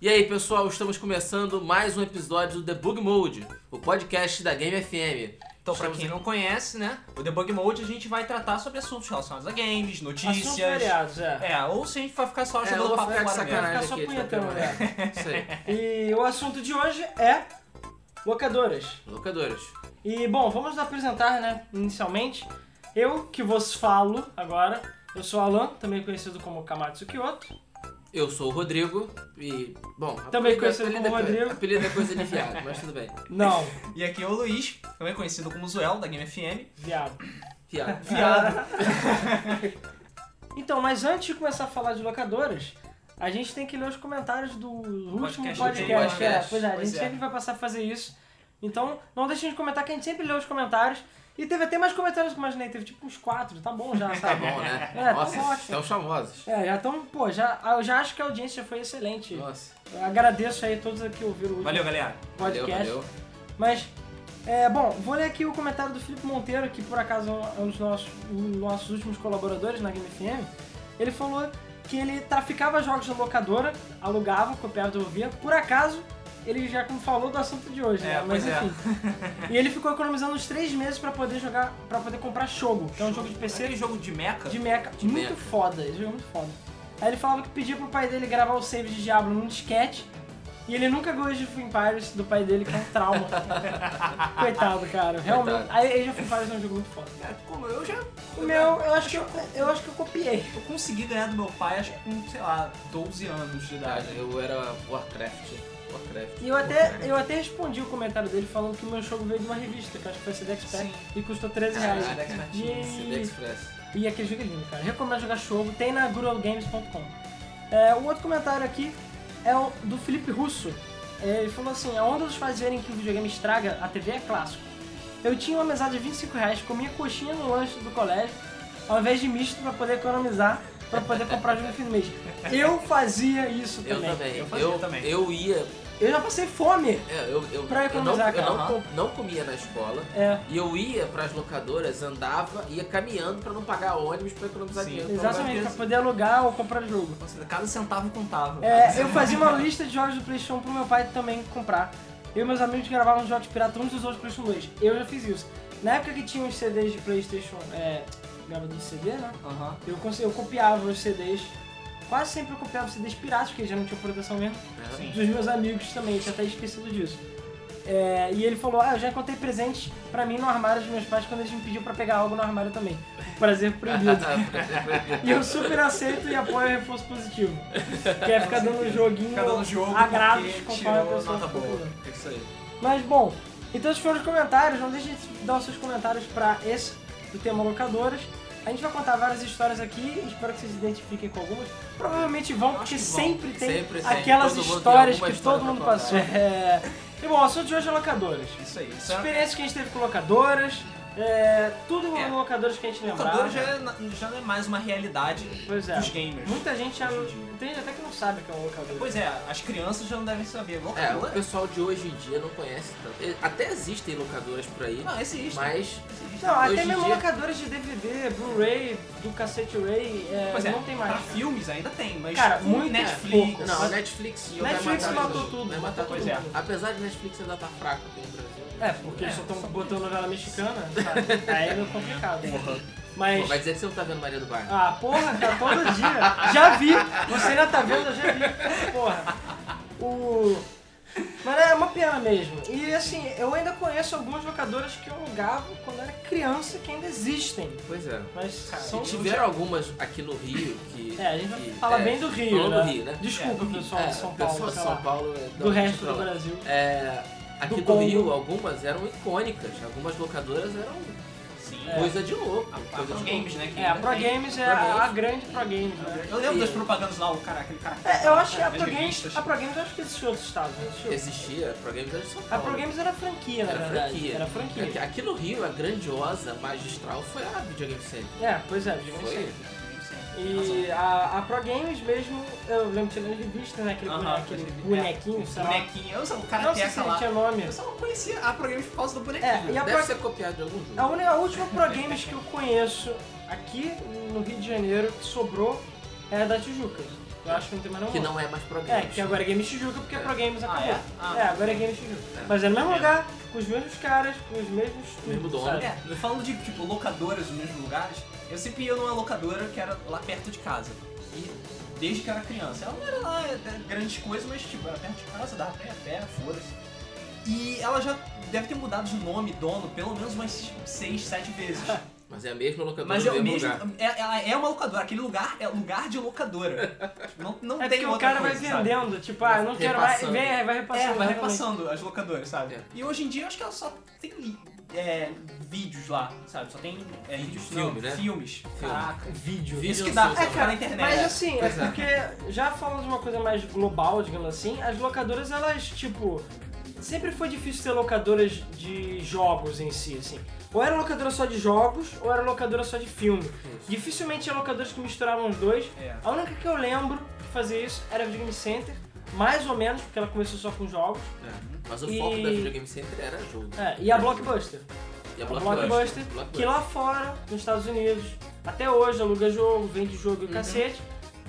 E aí, pessoal, estamos começando mais um episódio do Debug Mode, o podcast da Game FM. Então, é pra Estamos quem não conhece, né? O Debug Mode a gente vai tratar sobre assuntos relacionados a games, Assuntos notícias. variados, é. É, ou se a gente vai ficar só É, jogando ou papo ficar de fora mesmo. sacanagem. Ficar só aqui, punhetão, né? Isso aí. E o assunto de hoje é locadoras. Locadores. E, bom, vamos apresentar, né, inicialmente. Eu que vos falo agora, eu sou Alan, também conhecido como Kamatsu Kyoto. Eu sou o Rodrigo e, bom... Também apelido- conhecido apelido como é- Rodrigo. Apelido é coisa de viado, mas tudo bem. Não, E aqui é o Luiz, também conhecido como Zuel, da Game FM. viado. Viado. Viado. Então, mas antes de começar a falar de locadoras, a gente tem que ler os comentários do último Podcast podcast. do é. podcast. pois é, a Pois gente é. sempre vai passar a fazer isso. Então, não deixem de comentar que a gente sempre lê os comentários. E teve até mais comentários que eu imaginei, teve tipo uns quatro, tá bom já, Tá sabe? bom, né? É, tá Nossa, ótimo. estão famosos. É, já estão, pô, já, ah, eu já acho que a audiência já foi excelente. Nossa, Eu agradeço aí a todos que ouviram o último Valeu, galera. valeu, podcast. valeu. Mas, é, bom, vou ler aqui o comentário do Felipe Monteiro, que por acaso é um- é um dos nossos, um dos nossos últimos colaboradores na Game FM. Ele falou que ele traficava jogos na locadora, alugava, copiava e devolvia. Por acaso, ele já como falou do assunto de hoje, É, né? Mas pois é. enfim. e ele ficou economizando uns três meses pra poder jogar, para poder comprar Shogo, que é um jogo de PC Aquele jogo de mecha. de mecha. muito mecha. foda, esse jogo é muito foda. Aí ele falava que pedia pro pai dele gravar o save de Diablo num disquete. E ele nunca ganhou de Empires do pai dele, que é um trauma. Coitado, cara. Realmente. Coitado. Aí Age of Empires é um jogo muito foda. Cara, como eu já O meu, eu acho que eu, eu acho que eu copiei. eu consegui ganhar do meu pai, acho que com, sei lá, 12 anos de idade. Ah, Eu era Warcraft. Warcraft. E eu até, eu até respondi o comentário dele falando que o meu jogo veio de uma revista, que eu acho que foi CD Expert, Sim. e custou 13 reais. Caralho, Alex Martins. CD Express. E aquele jogo é lindo, cara. Recomendo jogar Shogo, tem na gruelgames.com. É, o outro comentário aqui é o do Felipe Russo. É, ele falou assim, a onda dos faz verem que o videogame estraga a TV é clássico. Eu tinha uma mesada de 25 reais, comia coxinha no lanche do colégio, ao invés de misto pra poder economizar, pra poder comprar jogo no fim do mês. Eu fazia isso Eu também. também. eu Eu, fazia também. eu ia... Eu já passei fome. é, Eu, eu, Pra eu, não, economizar, eu não, cara. com- não comia na escola. É, E eu ia pras locadoras, andava, ia caminhando pra não pagar ônibus pra economizar Sim. dinheiro. Então, pra exatamente, pra alugar. poder alugar ou comprar jogo. Nossa, Cada centavo contava. É, eu fazia uma lista de jogos do PlayStation pro meu pai também comprar. Eu e meus amigos gravavam jogos piratas uns dos outros PlayStation 2. Eu já fiz isso. Na época que tinha os CDs de PlayStation, é, gravador de CD, né? Aham. Eu, cons- eu copiava os CDs. Quase sempre eu copiava os CDs piratas, porque já não tinha proteção mesmo. É. Sim. Dos meus amigos também, eu tinha até esquecido disso. É, e ele falou: Ah, eu já encontrei presentes pra mim no armário dos meus pais quando eles me pediam pra pegar algo no armário também. Prazer proibido. E eu super aceito e apoio o reforço positivo. Que é ficar dando um joguinho, Cada um jogo. agrados porque conforme a tirou pessoa nota ficou boa. procurando. Isso aí. Mas bom, então esses foram os comentários. Não deixem de dar os seus comentários pra esse do tema locadoras. A gente vai contar várias histórias aqui, espero que vocês se identifiquem com algumas. Provavelmente vão, Acho porque que vão. sempre tem Sempre tem. aquelas Todo mundo tem histórias alguma que história todo pra mundo contar. passou. É. E bom, o assunto de hoje é locadoras. Isso aí. Tá. Isso é- Experiências que a gente teve com locadoras, é, tudo com É. locadoras que a gente lembrava. computador já, é- já não é mais uma realidade Pois é. dos gamers. Muita gente já Hoje em dia. entende até que não sabe o que é um locador. Pois é, as crianças já não devem saber. É, o Locadora? pessoal de hoje em dia não conhece tanto. E- Até existem locadoras por aí, Ah, Não, existe. mas existe. Não, é. Hoje até em mesmo dia- locadores de DVD, Blu-ray, do cacete Ray, é, Pois é, não tem pra mais. filmes ainda tem, mas Cara, com muito Netflix. pouco. não, a Netflix. vai Netflix matar matou tudo, vai matou matar Pois tudo. é. Apesar de Netflix ainda tá fraco aqui no Brasil. É, porque eles só estão botando novela mexicana, sabe? Aí é meio complicado. Pô, Mas. vai dizer que você não tá vendo Maria do Bairro. Ah, porra, tá todo dia. Já vi. Você ainda tá vendo, eu já vi. Porra. O... Mas é uma pena mesmo. E assim, eu ainda conheço alguns locadores que eu alugava quando era criança que ainda existem. Pois é. Mas Cara, são E tiveram algumas aqui no Rio que. um É, a gente vai que- falar é, bem do Rio, falando né? do Rio, né? Desculpa, É, do pessoal É, de São Paulo. pessoal de sei lá. São Paulo. é, do não, resto pra do lá. Brasil. É, aqui Do do, Congo. Rio, algumas eram icônicas. Algumas locadoras eram Sim. coisa de louco. A, a, coisa Pro de Games, né? que É, a ainda É. Pro tem. Games é Pro a, Games. a grande Pro Games, né? Eu lembro das propagandas lá, o cara, aquele cara. É, eu acho que a das Pro Games, revistas. a Pro Games eu acho que existiu em outros estados, né? não louco. existiu? Existia, a Pro Games era de São A Paulo. Ah, Pro Games era franquia, na Era verdade. franquia. Era franquia. Aqui, aqui no Rio, a grandiosa, magistral, foi a Videogame Center. É, pois é, Videogame Foi. Center. E a, a Pro Games mesmo, eu lembro que tinha nas revistas, né? Aquele, Aham, boneco- aquele das revistas. É, bonequinho, sei lá. Bonequinho. Eu sou o cara Não sei se é teca ele lá. tinha nome. Eu só não conhecia a programa por causa do É, bonequinho. e a, Deve Pro, ser copiado de algum jogo. a, única- a última Pro Games que eu conheço aqui no Rio de Janeiro que sobrou é a da Tijuca. Eu acho que não tem mais Que nenhum. não é mais Pro É, Games. que agora é Games Tijuca porque a Pro Games Ah, acabou. é? Ah. agora é Games Tijuca. É. Mas é no mesmo É. lugar, com os mesmos caras, com os mesmos Mesmo dono. sabe? É, falando de tipo locadoras nos mesmos lugares, eu sempre ia numa locadora que era lá perto de casa. E desde que eu era criança. Ela não era lá né, grandes coisas, mas tipo, era perto de casa, dava pra ir a pé, foda-se. E ela já deve ter mudado de nome, dono, pelo menos umas 6, 7 vezes. Mas é a mesma locadora Mas é do o mesmo mesmo. lugar. É, ela é uma locadora, aquele lugar é lugar de locadora. Tipo, não não É tem porque o outra cara vai coisa, sabe? vendendo, tipo, ah, eu não quero mais, Repassando. vem, vai repassando. É, vai exatamente. repassando as locadoras, sabe? É. E hoje em dia eu acho que ela só tem é, vídeos lá, sabe? Só tem é, vídeos, Filme, não, né? filmes. Caraca. Vídeo. Isso que dá pra É, ficar cara, na internet. mas assim, é Pois é. porque já falando de uma coisa mais global, digamos assim, as locadoras, elas, tipo, sempre foi difícil ter locadoras de jogos em si, assim. Ou era locadora só de jogos, ou era locadora só de filme. Dificilmente tinha locadoras que misturavam os dois. É. A única que eu lembro de fazer isso era a Video Game Center, mais ou menos, porque ela começou só com jogos. É. Mas o E- foco da videogame sempre era jogo. É, e a Blockbuster. E a A É um Blockbuster, que lá fora, nos Estados Unidos, até hoje aluga jogo, vende jogo e o cacete.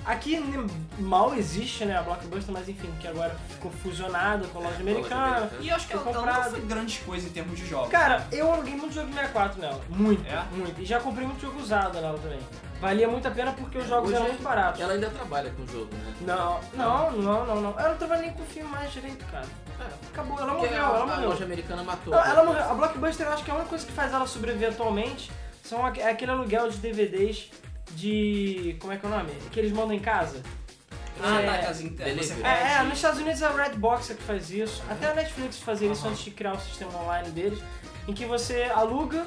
Aqui nem- mal existe, né, a Blockbuster, mas enfim, que agora ficou fusionada com a loja É, com a loja americana. americana. E eu acho que Foi ela, ela comprado. não foi grande coisa em termos de jogos. Cara, eu aluguei muito jogo de 64 nela. Muito, Ah, É? muito. E já comprei muito jogo usado nela também. Valia muito a pena porque os jogos Hoje eram muito baratos. Ela é ainda trabalha com jogo, né? Não, não, não, não, não. Eu não trabalho nem com filme mais direito, cara. É. Acabou, ela Porque morreu, a, ela a morreu. loja americana matou. Não, ela morreu. A Blockbuster, eu acho que a única coisa que faz ela sobreviver atualmente são aque- é aquele aluguel de DVDs de. como é que é o nome? Que eles mandam em casa. Ah, É, tá, que as inter- delivery. você É, pede. É, é, nos Estados Unidos é a Redbox é que faz isso. Até a Uhum. Netflix fazia isso Aham. antes de criar o sistema online deles, em que você aluga,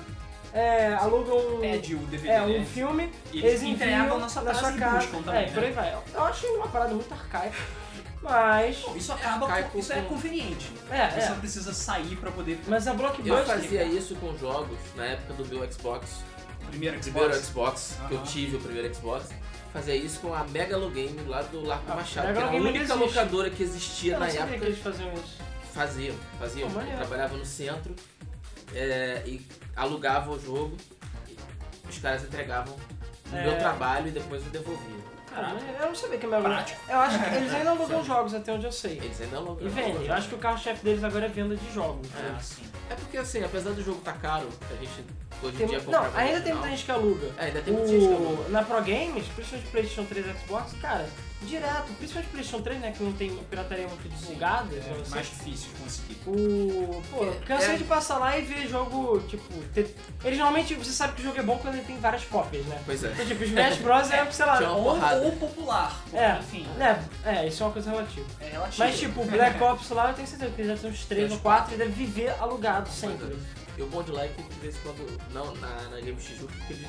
é, aluga um, pede o DVD. é, um né? filme, E eles enviam entregam na sua casa e casa. buscam também, é, e por né? aí vai. Eu- Eu achei uma parada muito arcaica, mas. Bom, isso acaba arcaico com, Isso é com- conveniente. É, Você é. não precisa sair pra poder. Mas a Eu Blockbuster. fazia isso com jogos na época do meu Xbox. Primeiro Xbox. Primeiro Xbox, que eu Aham. tive o primeiro Xbox. Fazia isso com a Megalo Game lá do Largo Ah, Machado, que Megalo era a Game única ainda existe. locadora que existia Eu não na sabia que época. eles faziam isso. Fazia, fazia. Pô, maneiro. eu trabalhava no centro é, e alugava o jogo. e os caras entregavam no É. meu trabalho e depois eu devolvia. Cara, eu não sabia que a Melbourne. Prático. Eu acho que eles ainda alugam jogos, até onde eu sei. Eles ainda alugam. E vendem. Eu acho que o carro-chefe deles agora é venda de jogos. É, assim. É porque assim, apesar do jogo tá caro, a gente hoje em Tem- dia não, compra mais ainda tem no muita final. gente que aluga. É, ainda tem muita gente que aluga. O, na Pro Games, principalmente PlayStation 3 e Xbox, cara, direto, principalmente PlayStion 3, né, que não tem pirataria muito divulgada, É digamos assim, mais difícil de conseguir. O. Pô, eu cansei É. de passar lá e ver jogo, tipo. ter- Eles normalmente, você sabe que o jogo é bom quando ele tem várias cópias, né? Pois é. Então, tipo, Smash Bros. é, sei lá. Tinha uma Ou, porrada. ou popular. porque, É. Enfim. É, é, isso é uma coisa relativa. É relativo. Mas tipo, o Black Ops lá eu tenho certeza que ele já tem uns 3 Tem ou uns 4 e deve viver alugado sempre. E o bom de lá é que de vez em quando. Não, na, na Game Tijuca, porque ele-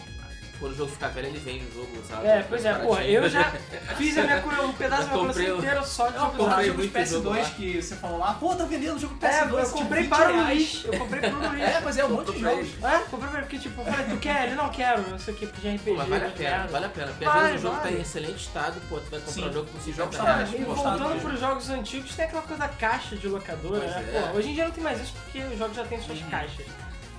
quando o jogo ficar velho, ele vende o jogo usado. É, pois é, porra, eu já fiz a minha cura, um pedaço da Eu minha coleção comprei o- inteira só de Eu um jogo comprei usado. o usado. jogo de Muito jogo lá. PS2 que você falou lá, pô, tá vendendo jogo de É, PS2. eu tipo, comprei 20 para o reais. Luiz, eu comprei pro Luiz. É, mas é um monte de Comprei. jogos. É, comprei pra ele, porque tipo, eu falei, tu quer? Ele não quero, não sei o que, porque de RPG. Mas vale a não pena, quero. vale a pena. Porque Vale, às vezes o jogo tá vale. em excelente estado, pô, tu vai comprar Sim. um jogo por Os jogos 50 são reais. caros. E pô, Gostado voltando mesmo. pros jogos antigos, tem aquela coisa da caixa de locadora, Pois né? é. Pô, hoje em dia não tem mais isso porque os jogos já têm suas Uhum. caixas.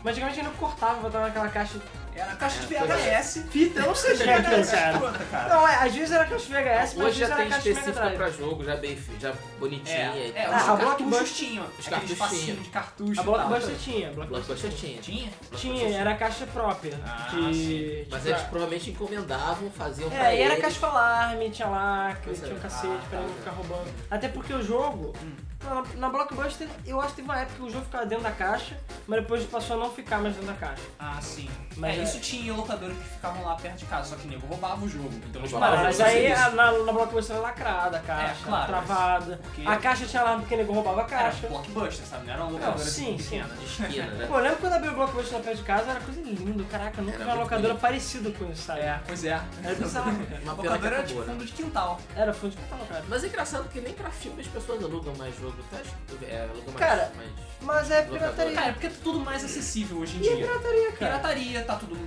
Mas antigamente ele não cortava, botava naquela caixa Era caixa de É, foi. VHS. fita, eu não sei o que é aquilo, cara. escrota, cara. Não, é, às vezes era caixa VHS, mas às Hoje vezes já era tem caixa Mega específica Drive. pra jogo, já bem fi- já bonitinha É, e é, tal. os Ah, a cartuchos Blockbuster- tinham. Aquele cartuchos espacinho tinham. de cartucho A e tal. Blockbuster tinha, Blockbuster Blockbuster tinha. tinha? tinha, era a caixa própria. Ah, de, Mas de- eles provavelmente encomendavam, faziam pra É, e era eles. caixa com alarme, tinha lacre, Pois é. tinha um cacete Ah, pra tá. não ficar roubando. Até porque o jogo, Hum. na, na Blockbuster, eu acho que teve uma época que o jogo ficava dentro da caixa, mas depois passou a não ficar mais dentro da caixa. Ah, sim. Mas é, é. isso tinha locadores que ficavam lá perto de casa, só que nego roubava o jogo. assim, Então eles Roubava. Mano, paravam mas de fazer aí isso. a, na, na Blockbuster era lacrada a caixa, É, claro, travada. porque- A caixa tinha alarme porque nego roubava a Era caixa. Blockbuster, sabe? Não era uma locadora Não, sim, assim, pequena. De esquina, né? Pô, eu lembro quando abriu o Blockbuster na perto de casa, era coisa linda, caraca, eu nunca Era vi uma muito locadora bonito. parecida com isso, sabe? É, pois é. Era bizarro. Uma pena que Locadora era acabou, tipo né? fundo de quintal. Era fundo de catálogo, cara. Mas é engraçado que nem pra filme as pessoas alugam mais jogo. Tá? É, alugam mais. Cara, mais... Mas é Locadora. pirataria. Cara, é porque é tudo mais acessível hoje em E é dia. pirataria, cara. Pirataria, tá tudo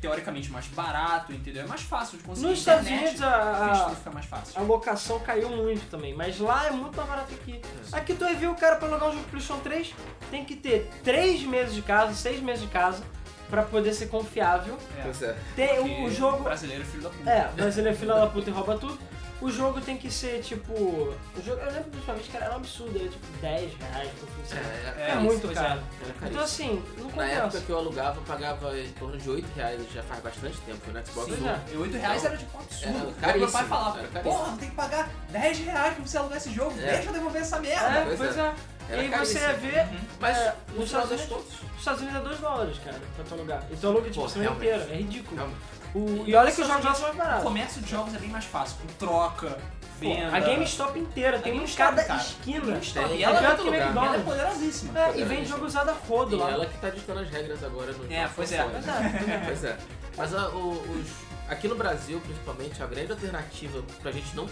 teoricamente mais barato, entendeu? É mais fácil de conseguir. Nos internet, Estados Unidos, o a, Facebook fica mais a fácil. locação caiu muito também, mas lá é muito mais barato que aqui. é. Aqui tu vai ver o cara pra alugar um jogo de PlayStation 3, tem que ter 3 meses de casa, 6 meses de casa, pra poder ser confiável. Pois é. Tem o, porque o jogo. Brasileiro é filho da puta. É, mas ele é filha da puta e rouba tudo. O jogo tem que ser tipo. O jogo, eu lembro principalmente que era um absurdo, era tipo 10 reais por fim de semana. era É, É, caríssimo. muito pois é. caro. Era caríssimo. Então assim, não Na época compensa. que eu alugava, eu pagava em torno de 8 reais, já faz bastante tempo, né? Tipo, foi no Xbox Sim, é. One. já. E 8 reais Então, era tipo um era absurdo. Aí meu pai caríssimo, falava, era caríssimo. porra, tem que pagar 10 reais pra você alugar esse jogo, É. deixa eu devolver essa merda. É, Pois pois é. é. Era E aí você ia caríssimo. ver, Mas É, no nos final Estados das Unidos- contas, os Estados Unidos é 2 dólares, cara, pra tu alugar. E tu aluga tipo Pô, a semana realmente. inteira, é ridículo. realmente, O, e olha que os jogos lá são mais O baratos. comércio de jogos é bem mais fácil, com troca, Pô, venda. a GameStop inteira, tem um em GameStop, cada cara. esquina. tem- E e ela, ela pior é que todo lugar. ela é McDonald's. poderosíssima. É, e vem jogo usado a rodo E lá. ela que tá ditando as regras agora no É, no pois é. console, Mas né? é, Pois é. Mas a- o- os- aqui no Brasil, principalmente, a grande alternativa pra gente não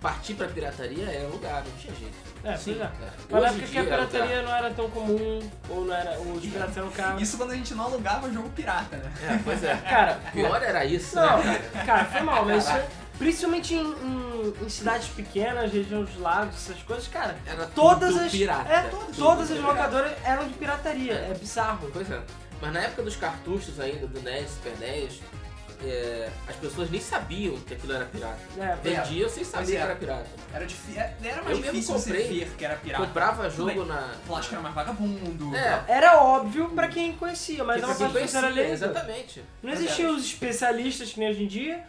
partir pra pirataria é lugar, não tinha jeito. é, pois é. É. Mas na Hoje em época que a dia é lugar. pirataria não era tão comum, ou não era. Os piratas eram caros. Isso quando a gente não alugava jogo pirata, né? É, pois é. Cara, Pior era isso, não, né, cara? cara, foi mal, mas isso é- principalmente em, em- em cidades pequenas, regiões dos lagos, essas coisas, cara. Era Todas tudo as. pirata. É, Tudo todas as pirata. locadoras eram de pirataria. É bizarro. Pois é. Mas na época dos cartuchos ainda, do NES, Super NES, é, as pessoas nem sabiam que aquilo era pirata. É, É, Vendia sem saber pois é. que era pirata. Era, difí- era Eu mais mesmo difícil você comprei. ver que era pirata. Comprava jogo Bem, na... O plástico era um mais vagabundo. É, era óbvio pra quem conhecia, mas era uma porque coisa que conhecia, era né? leiga. Exatamente. Não existiam os especialistas que nem hoje em dia.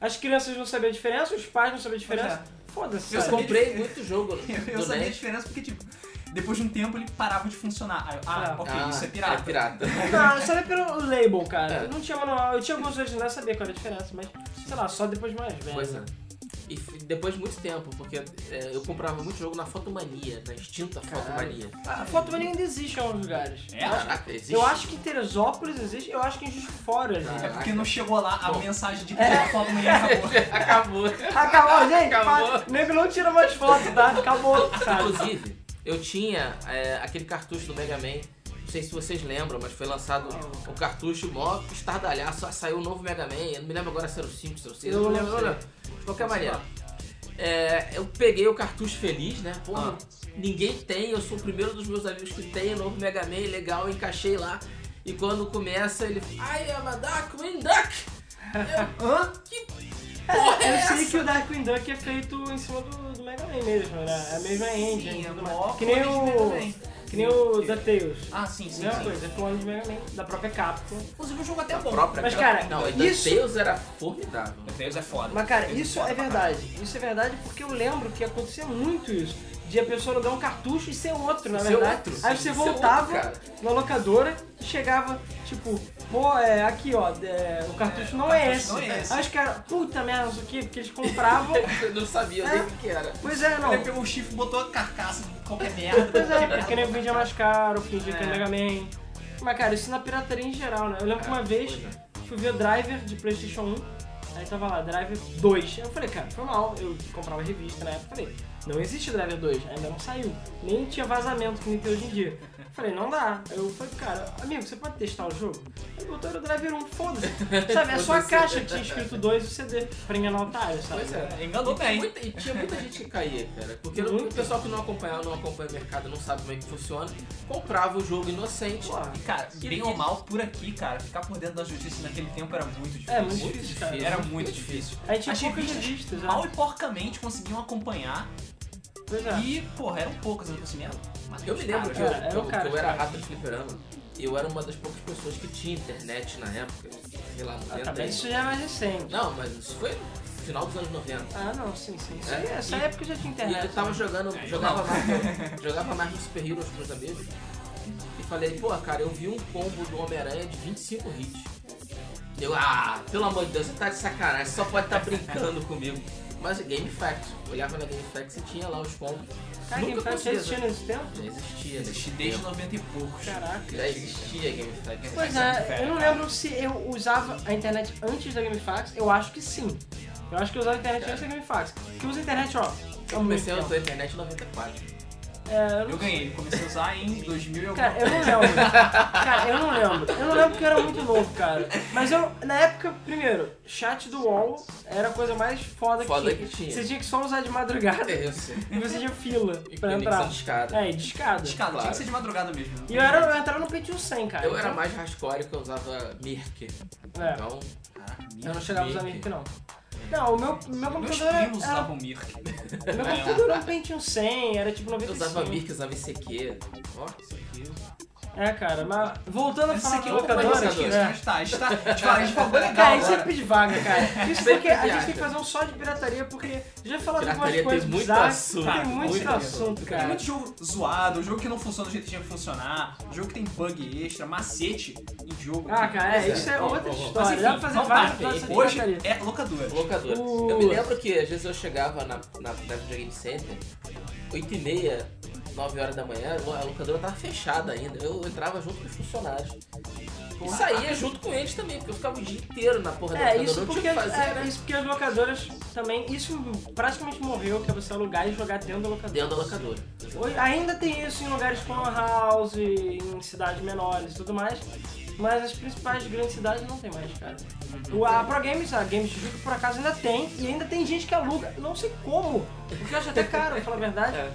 As crianças não sabiam a diferença, os pais não sabiam a diferença. é. Foda-se. Eu Eu sabe? sabia comprei que- muito jogo do Eu, eu sabia a NES. diferença porque, tipo, depois de um tempo ele parava de funcionar. Aí eu, ah, Ah, ok, Ah, isso é pirata. É pirata. Não, eu sabia pelo label, cara. É. Não tinha manual. Eu tinha alguns originais, sabia qual era a diferença, mas sei lá, só depois de mais velho. Pois é. E f- depois de muito tempo, porque é, eu comprava muito jogo na Fotomania, na extinta Fotomania. Ah, A fotomania ainda existe em alguns lugares. É? Caraca, existe. Eu acho que em Teresópolis existe, eu acho que em Juiz de Fora existe. É Caraca. porque não chegou lá a Bom. É. mensagem de que a foto não ia acabou. Acabou. Acabou, gente! Ah. Acabou. pa- Nego não tira mais foto, tá? Acabou, sabe? Inclusive, eu tinha é, aquele cartucho do Mega Man. Não sei se vocês lembram, mas foi lançado um cartucho mó estardalhaço. ah, Saiu o novo Mega Man. Eu não me lembro agora se era o 5, se era o 6. Eu não Eu não lembro, não sei. lembro. De qualquer maneira. é, eu peguei o cartucho feliz, né? Porra, Ah. ninguém tem. Eu sou o primeiro dos meus amigos que tem o novo Mega Man. Legal, encaixei lá. E quando começa, ele... Ai, Amadak, Winduck! Hã? Porra, é Eu sei essa? que o Darkwing Duck é feito em cima do, do Mega Man mesmo, né? É a mesma engine. Sim, é tudo mó mais. que clone nem de Mega o. Man. Que nem o DuckTales. Ah, sim, sim, Mesma sim. coisa, é clone de Mega Man, da própria Capcom. Inclusive o jogo até é bom. Própria Mas, aquela- cara, Não, isso- e Deus era formidável. Deus é foda. Mas cara, DuckTales é isso foda é pra verdade. Isso é verdade porque eu lembro que acontecia muito isso. De a pessoa alugar um cartucho e ser outro, na Ser verdade. é outro, sim, Aí você ser voltava outro, cara. na locadora e chegava, tipo, pô, é aqui, ó, é, o cartucho não é, cartucho esse. não é esse. Aí os caras, puta merda, isso aqui, porque eles compravam. Eu não sabia É. nem o que era. pois é, não. Ele pegou o chifre, botou a carcaça de qualquer merda. Pois é, porque nem vendia mais caro, fingia que É. era Mega Man. Mas cara, isso na pirataria em geral, né? Eu lembro que uma vez Pois é. fui ver o Driver de Playstation 1, aí tava lá, Driver 2. Aí eu falei, cara, foi mal, eu comprava revista na época, falei, não existe Driver 2, ainda não saiu. Nem tinha vazamento que nem tem hoje em dia. Eu Falei, não dá. Aí Eu falei, cara, amigo, você pode testar o jogo? Aí botou o Driver 1, foda-se. Sabe, é só a Foda-se. caixa que tinha escrito 2 e o CD, pra enganar o otário, sabe? Pois é. Enganou bem. Muita- e tinha muita gente que caía, cara. Porque era Muito. o pessoal que não acompanhava, não acompanha o mercado, não sabe como é que funciona, comprava o jogo inocente. Pô, E, Cara, bem ou mal, por aqui, cara, ficar por dentro da justiça naquele tempo era muito difícil. É, muito difícil, cara. Era muito difícil. A gente tinha As poucas revistas revistas, Mal né? e porcamente conseguiam acompanhar. Pois é. E, porra, eram poucas, eu assim, era mas Eu me lembro que eu, Cara, era que eu- o cara, que eu era cara. rato de fliperama. Eu era uma das poucas pessoas que tinha internet na época. Sei lá, 90 Ah, tá, mas aí. isso já é mais recente. Não, mas isso foi no final dos anos 90. Ah, não, sim, sim. Isso É. aí, essa E- época já tinha E internet. eu tava jogando, É, jogava não. mais, jogava mais no Super Heroes com meus amigos. E falei, pô, cara, eu vi um combo do Homem-Aranha de 25 hits. Eu, ah, pelo amor de Deus, você tá de sacanagem, só pode estar brincando comigo. Mas Game Facts, eu olhava na Game Facts e tinha lá os combos. Cara, Game é Pass já consegui, existia né? nesse tempo? Já existia, Existi nesse desde tempo. 90 e poucos. Caraca. Já existia Game Facts. Pois é, eu não lembro se eu usava a internet antes da GameFAQs. Eu acho que sim. Eu acho que eu usava a internet antes da GameFAQs. Que usa a internet, ó. há Eu muito comecei a tempo. usar a internet em 94. É, eu Eu não- ganhei, comecei a usar em 2000 e alguma Cara, eu não lembro. Cara, eu não lembro. Eu não lembro porque eu era muito novo, cara. Mas eu, na época, primeiro, chat do UOL era a coisa mais foda, Foda que que tinha. Você tinha que só usar de madrugada Eu sei. e você tinha fila E pra conexão entrar. de escada. É, e de escada. Escada, tinha Claro. que ser de madrugada mesmo. né? E eu, era, eu entrava no Pay 100, cara. Eu era Então- mais rascore que eu usava Mirk. É, Então, Caraca, Mirk. eu não chegava a usar Mirk. Mirk, não. Não, o meu, meu Meus computador é. era. primos era usavam Mirk. meu computador era um Pentium 100, era tipo né? eu 95. usava Mirk, usava ICQ. Ó, É, cara, mas voltando a Isso falar aqui de é um outra coisa locadora, locadoras, que locadora. né? a gente tá, a gente tá, tipo, a gente falou um legal né? Cara, isso é agora. pedir vaga, cara. Isso Sempre porque a que gente tem acha. que fazer um só de pirataria, porque já falou de algumas Pirataria coisas tem muito bizarras, assunto, É Tem muito, muito assunto, Tem cara. muito jogo zoado, jogo que não funciona do jeito que tinha que funcionar, jogo que tem bug extra, macete em jogo. Ah, cara, é, Pois é. isso é Bom, outra bom, bom. história. Mas, Dá enfim, pra fazer vamos vários lá. episódios sobre Hoje pirataria. é locadora. Locadora. Uh. Eu me lembro que às vezes eu chegava na, na, na Videogame Center, 8 e meia, 9 horas da manhã, a locadora tava fechada ainda. Eu entrava junto com os funcionários. E saía junto com eles também, porque eu ficava o dia inteiro na porra da É, locadora. isso não porque, tinha o que fazer, é, né? isso porque as locadoras também. Isso praticamente morreu, que é você alugar e jogar dentro da locadora. Dentro da locadora. Hoje- ainda tem isso em lugares como a House, em cidades menores e tudo mais, mas as principais grandes cidades não tem mais, cara. O, a Pro Games, a Games Tijuca, por acaso, ainda tem, e ainda tem gente que aluga, não sei como, porque eu acho até caro, pra falar a verdade. É.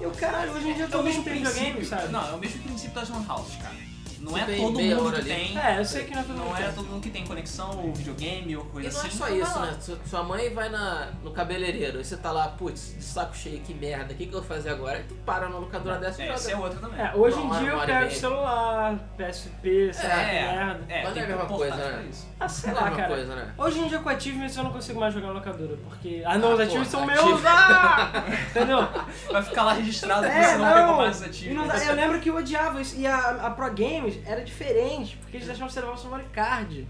Eu, caralho, hoje em dia É o todo mesmo mundo tem videogame, princípio. sabe? Não, é o mesmo princípio das lan house, cara. Não Você é tem todo meia mundo hora que ali. tem. É, eu sei que não é todo mundo Não que é tem. todo mundo que tem conexão ou videogame ou E coisa não assim. é só então vai isso, lá. né? Su- Sua mãe vai na, no cabeleireiro e você tá lá, putz, de saco cheio, que merda, o que, que eu vou fazer agora? E tu para numa locadora dessa e É, joga. essa é outra também. É, hoje em Uma hora, dia eu uma hora e pego meia. celular, PSP, sei lá, que É, merda. é, Mas tem é a mesma comportar coisa, né? pra isso. Ah, É sei a lá, mesma cara. coisa, né? Hoje em dia com Achievements eu não consigo mais jogar na locadora, porque... Ah, não, os Ah, Achievements pô, são Achievement. meus! Ah! Entendeu? Vai ficar lá registrado que É, você não pegou não. mais né? os E não ativos. dá- eu lembro que eu odiava isso. E a, a Pro Games era diferente, porque eles deixavam você levar o seu memory card.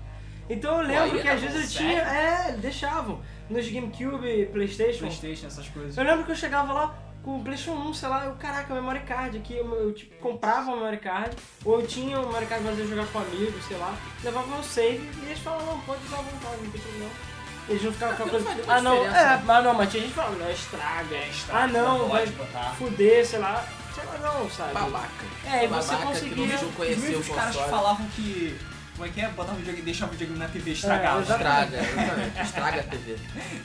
Então eu lembro aí que era às bom, vezes eu sério? tinha. É, deixavam. Nos GameCube, PlayStation. Playstation, essas coisas. Eu lembro que eu chegava lá com o PlayStation 1, sei lá, eu, caraca, memory card aqui. Eu, eu, tipo, comprava um memory card, ou eu tinha um memory card pra fazer jogar com amigos, sei lá. Levava meu save e eles falavam, não, pode usar à vontade, um não tem problema. Eles não ficavam com a Aquilo coisa. faz uma Ah, não, diferença, é, mas não, mas tinha gente falando, não, estraga, é estraga. Ah, não, vai pode botar. fuder, sei lá. Sei lá, não, sabe? Babaca. É, e você Babaca conseguia- Que não Os conhecer o mesmos caras que console. falavam que. Como é que é? Botar o videogame, deixar o videogame na TV estragado. É, exato. Estraga, exatamente. Estraga a TV.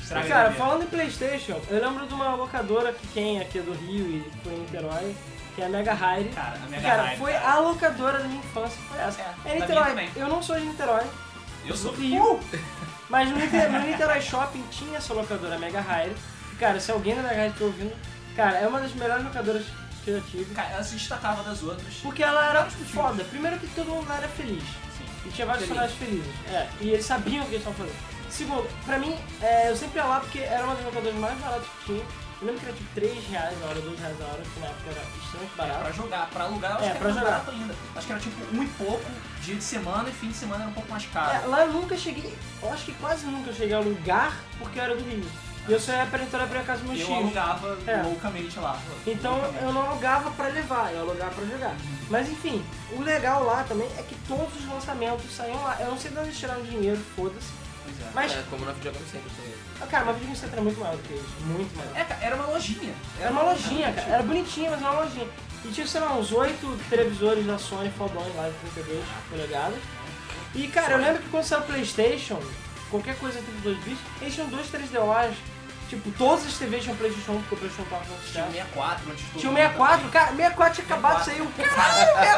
Estraga Cara, a TV. falando em Playstation, eu lembro de uma locadora que tem aqui é do Rio e foi em Niterói, que é a Mega Hire. Cara, a minha Cara, garagem, foi cara. a locadora da minha infância, foi essa. É, da É minha Niterói, também. eu não sou de Niterói, Eu sou Rio. Mas no, Nite- no Niterói Shopping tinha essa locadora Mega Hire. Cara, se alguém da Mega Hire tá ouvindo, cara, é uma das melhores locadoras que eu já tive. Cara, ela se destacava das outras. Porque ela era Vários motivos. foda. Primeiro que todo mundo lá era feliz. Sim. E tinha vários Feliz. personagens felizes. É, e eles sabiam o que eles estavam fazendo. Segundo, pra mim, é, eu sempre ia lá porque era uma das locadoras mais baratas que tinha. Eu lembro que era tipo 3 reais na hora, 2 reais na hora, que na época era extremamente Pra barato. jogar, pra alugar, eu acho É, que pra era mais jogar. barato ainda. Acho que era tipo um e pouco, dia de semana e fim de semana era um pouco mais É, caro. lá eu nunca cheguei, eu acho que quase nunca cheguei a lugar porque eu era do Rio. E eu só ia pra entrar pra casa dos meus eu tios. alugava É. loucamente lá. Então Loucamente. eu não alugava pra levar, eu alugava pra jogar. Mas enfim, o legal lá também é que todos os lançamentos saíam lá. Eu não sei de onde eles tiraram dinheiro, foda-se. Pois é. Mas, É, como nós jogamos sempre também. cara, mas o videogame center era muito maior do que isso, muito maior. É, cara, era uma lojinha. Era uma lojinha, cara. Era bonitinha, mas era uma lojinha. E tinha, sei lá, uns oito televisores da Sony fodões lá de 32 polegadas. E, cara, eu lembro que quando saiu o Playstation, qualquer coisa 32 bits, eles tinham dois 3DOs. Tipo, todas as TVs tinham Playstation 1, porque o Playstation um 4 Tinha não um o sucesso. 64, antes de todo Tinha um o mundo 64, cara, 64 tinha acabado de sair. Eu, caralho,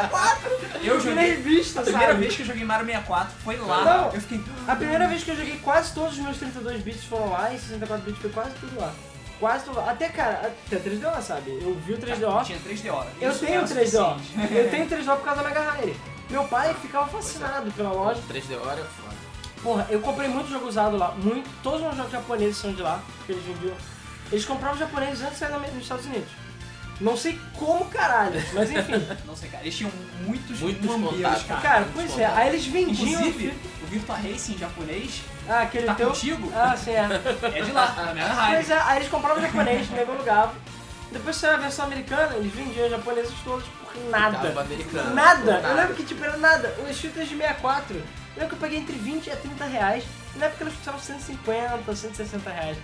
também. 64! Eu Virei joguei. revista, A primeira sabe? vez que eu joguei Mario 64 foi lá. Não. Eu fiquei. "Ah, A primeira vez que eu joguei, quase todos os meus 32 bits foram lá e 64 bits foi quase tudo lá. Quase tudo lá. Até, cara, até 3DO, sabe? Eu vi o 3DO, Tinha 3D hora. Eu Isso tenho era 3DO. suficiente. Eu tenho 3DO por causa da Mega Hire. Meu pai ficava fascinado pela loja. 3D hora é foda. Porra, eu comprei muito jogo usado lá. Muito. Todos os meus jogos japoneses são de lá, porque eles vendiam. Eles compravam japoneses antes de sair da- nos Estados Unidos. Não sei como caralho, mas enfim. Não sei, cara. Eles tinham muitos, Muitos bombeiros, contatos. cara. Cara, pois é. Aí eles vendiam. Inclusive, o Virtua Racing japonês Ah, aquele tá teu. contigo Ah, sim, é. é de lá, da minha Pois raiva. é, aí eles compravam japonês, nego alugava. Depois saiu a versão americana, eles vendiam os japoneses todos por nada. Ficava americano. Nada! Eu lembro que tipo era nada. Os filtros de 64, eu lembro que eu paguei entre 20 a 30 reais. E na época eles custavam 150, 160 reais.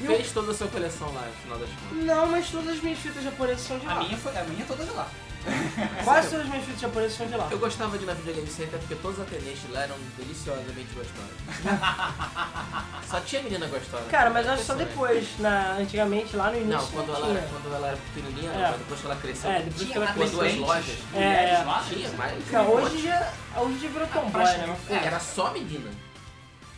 E o- Fez toda a sua coleção lá, no final das contas. Não, mas todas as minhas fitas japonesas são de A lá. minha, foi, a minha é toda de lá. Quase todas as minhas fitas japonesas são de lá. Eu gostava de ir na videogame center porque todas as atendentes lá eram deliciosamente gostosas. só tinha menina gostosa. Cara, mas acho que só Impressionante. depois, na, antigamente, lá no início. Não, quando ela, tinha. era, quando ela era pequenininha, É. mas depois que ela cresceu, É, depois que ela tinha cresceu. duas lojas. É, Mulheres é. lá? Tinha, mas... Cara, hoje em dia, hoje em dia virou tomboy, né? É, era só menina.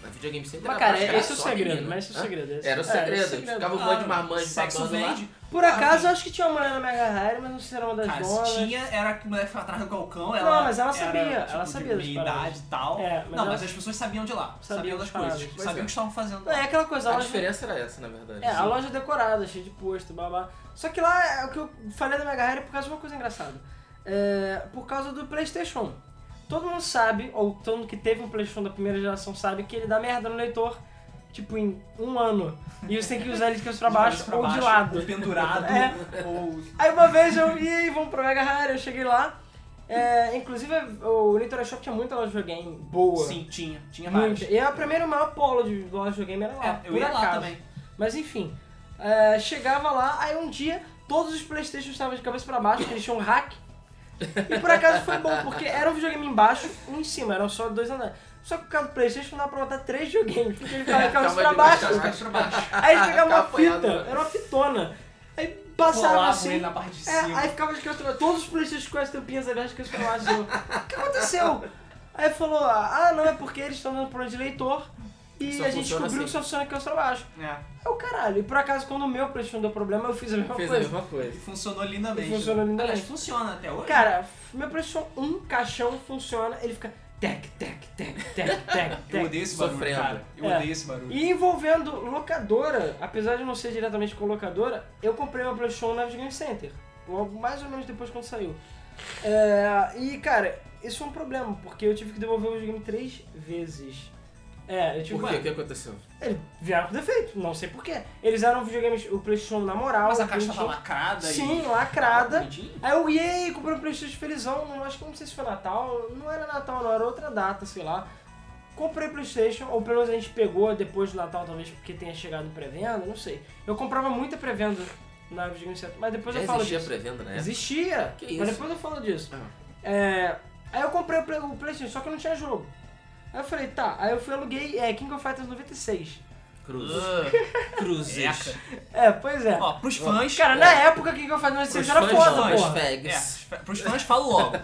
Na videogame center Mas, era cara, praticamente esse é o só segredo, menina. mas esse é o Hã? segredo. esse- Era o é, esse é o segredo, ficava um monte de marmanjo Ah, Sexo babando lá. vende. Por acaso, eu acho que tinha uma mulher na Mega Hire, mas não sei se era uma das Cara, se donas. tinha, era que o moleque foi atrás do balcão, ela mas ela era, sabia, tipo, ela sabia das de meia paradas. idade e tal. É, mas não, ela- mas as pessoas sabiam de lá, Sabiam sabiam das das paradas. coisas, Pois sabiam é. o que estavam fazendo Não, lá. é aquela coisa, a A loja, diferença era essa, na verdade. é, a Sim. loja decorada, cheia de pôster, babá. Só que lá, é, o que eu falei da Mega Hire é por causa de uma coisa engraçada. É, por causa do Playstation 1. Todo mundo sabe, ou todo mundo que teve um Playstation da primeira geração sabe, que ele dá merda no leitor, tipo, em um ano. E você tem que usar ele de cabeça pra baixo ou de lado. ou pendurado, É. ou... Aí uma vez eu ia e vamos pro Mega Hire, eu cheguei lá. É, inclusive o Nintendo Shop tinha muita loja de videogame boa. Sim, tinha, tinha vários. muita. E a primeira o maior polo de loja de videogame era lá. É, eu por ia lá acaso. também. Mas enfim, é, chegava lá, aí um dia todos os Playstations estavam de cabeça pra baixo, porque eles tinham um hack. E por acaso foi bom, porque era um videogame embaixo e um em cima, eram só dois andares. Só que por causa do Playstation não dá pra botar três videogames, porque ele ficava de cabeça Tava pra de baixo baixo. pra Mas pra baixo. Aí eles pegavam uma Ficava apanhado, fita, né? era uma fitona. Aí passava Colava assim. ele na parte de É, cima. aí ficava de canto, todos os Playstation com as tampinhas abertas com as palavras eu, assim, O que aconteceu? Aí falou, ah, não, é porque eles estão dando problema de leitor e Só a gente funciona descobriu que assim. só funciona com as trabalhos. É, É o caralho. E por acaso, quando o meu Playstation deu problema, eu fiz a mesma Fez a coisa. Tipo, mesma e coisa. funcionou E lindamente. funcionou né? lindamente. Aliás, funciona até hoje. Cara, meu Playstation 1 caixão funciona, ele fica tec, tec, tec, tec, tec, eu tec. odeio esse barulho, sofrendo. cara. Eu É. odeio esse barulho. E envolvendo locadora, apesar de não ser diretamente com locadora, eu comprei meu Playstation na Game Center. Logo mais ou menos depois quando saiu. É, e cara, isso foi um problema, porque eu tive que devolver o videogame três vezes. É, eu tive Por que. quê? O que aconteceu? Eles vieram com defeito, não sei porquê. Eles eram videogames, o Playstation na moral. Mas a o caixa tá tava Playstation- lacrada e- Sim, lacrada. Bonitinho. Aí eu ia comprei um Playstation felizão, não, acho que não sei se foi Natal, não era Natal não, era outra data, sei lá. Comprei Playstation, ou pelo menos a gente pegou depois do Natal, talvez porque tenha chegado em pré-venda, não sei. Eu comprava muita pré-venda na Videogame Center, mas depois Já eu falo existia disso. pré-venda, né? Existia, Que mas isso? depois eu falo disso. Ah. É, aí eu comprei o Play- o Playstation, só que não tinha jogo. Aí eu falei, tá, aí eu fui e aluguei é, King of Fighters 96. Cruzes. Ah, Cruzes. Eca. É, pois é. Ó, pros fãs... Cara, na época King of Fighters 96 era fãs, é foda, fãs, porra. fags. É, pros fãs falo logo.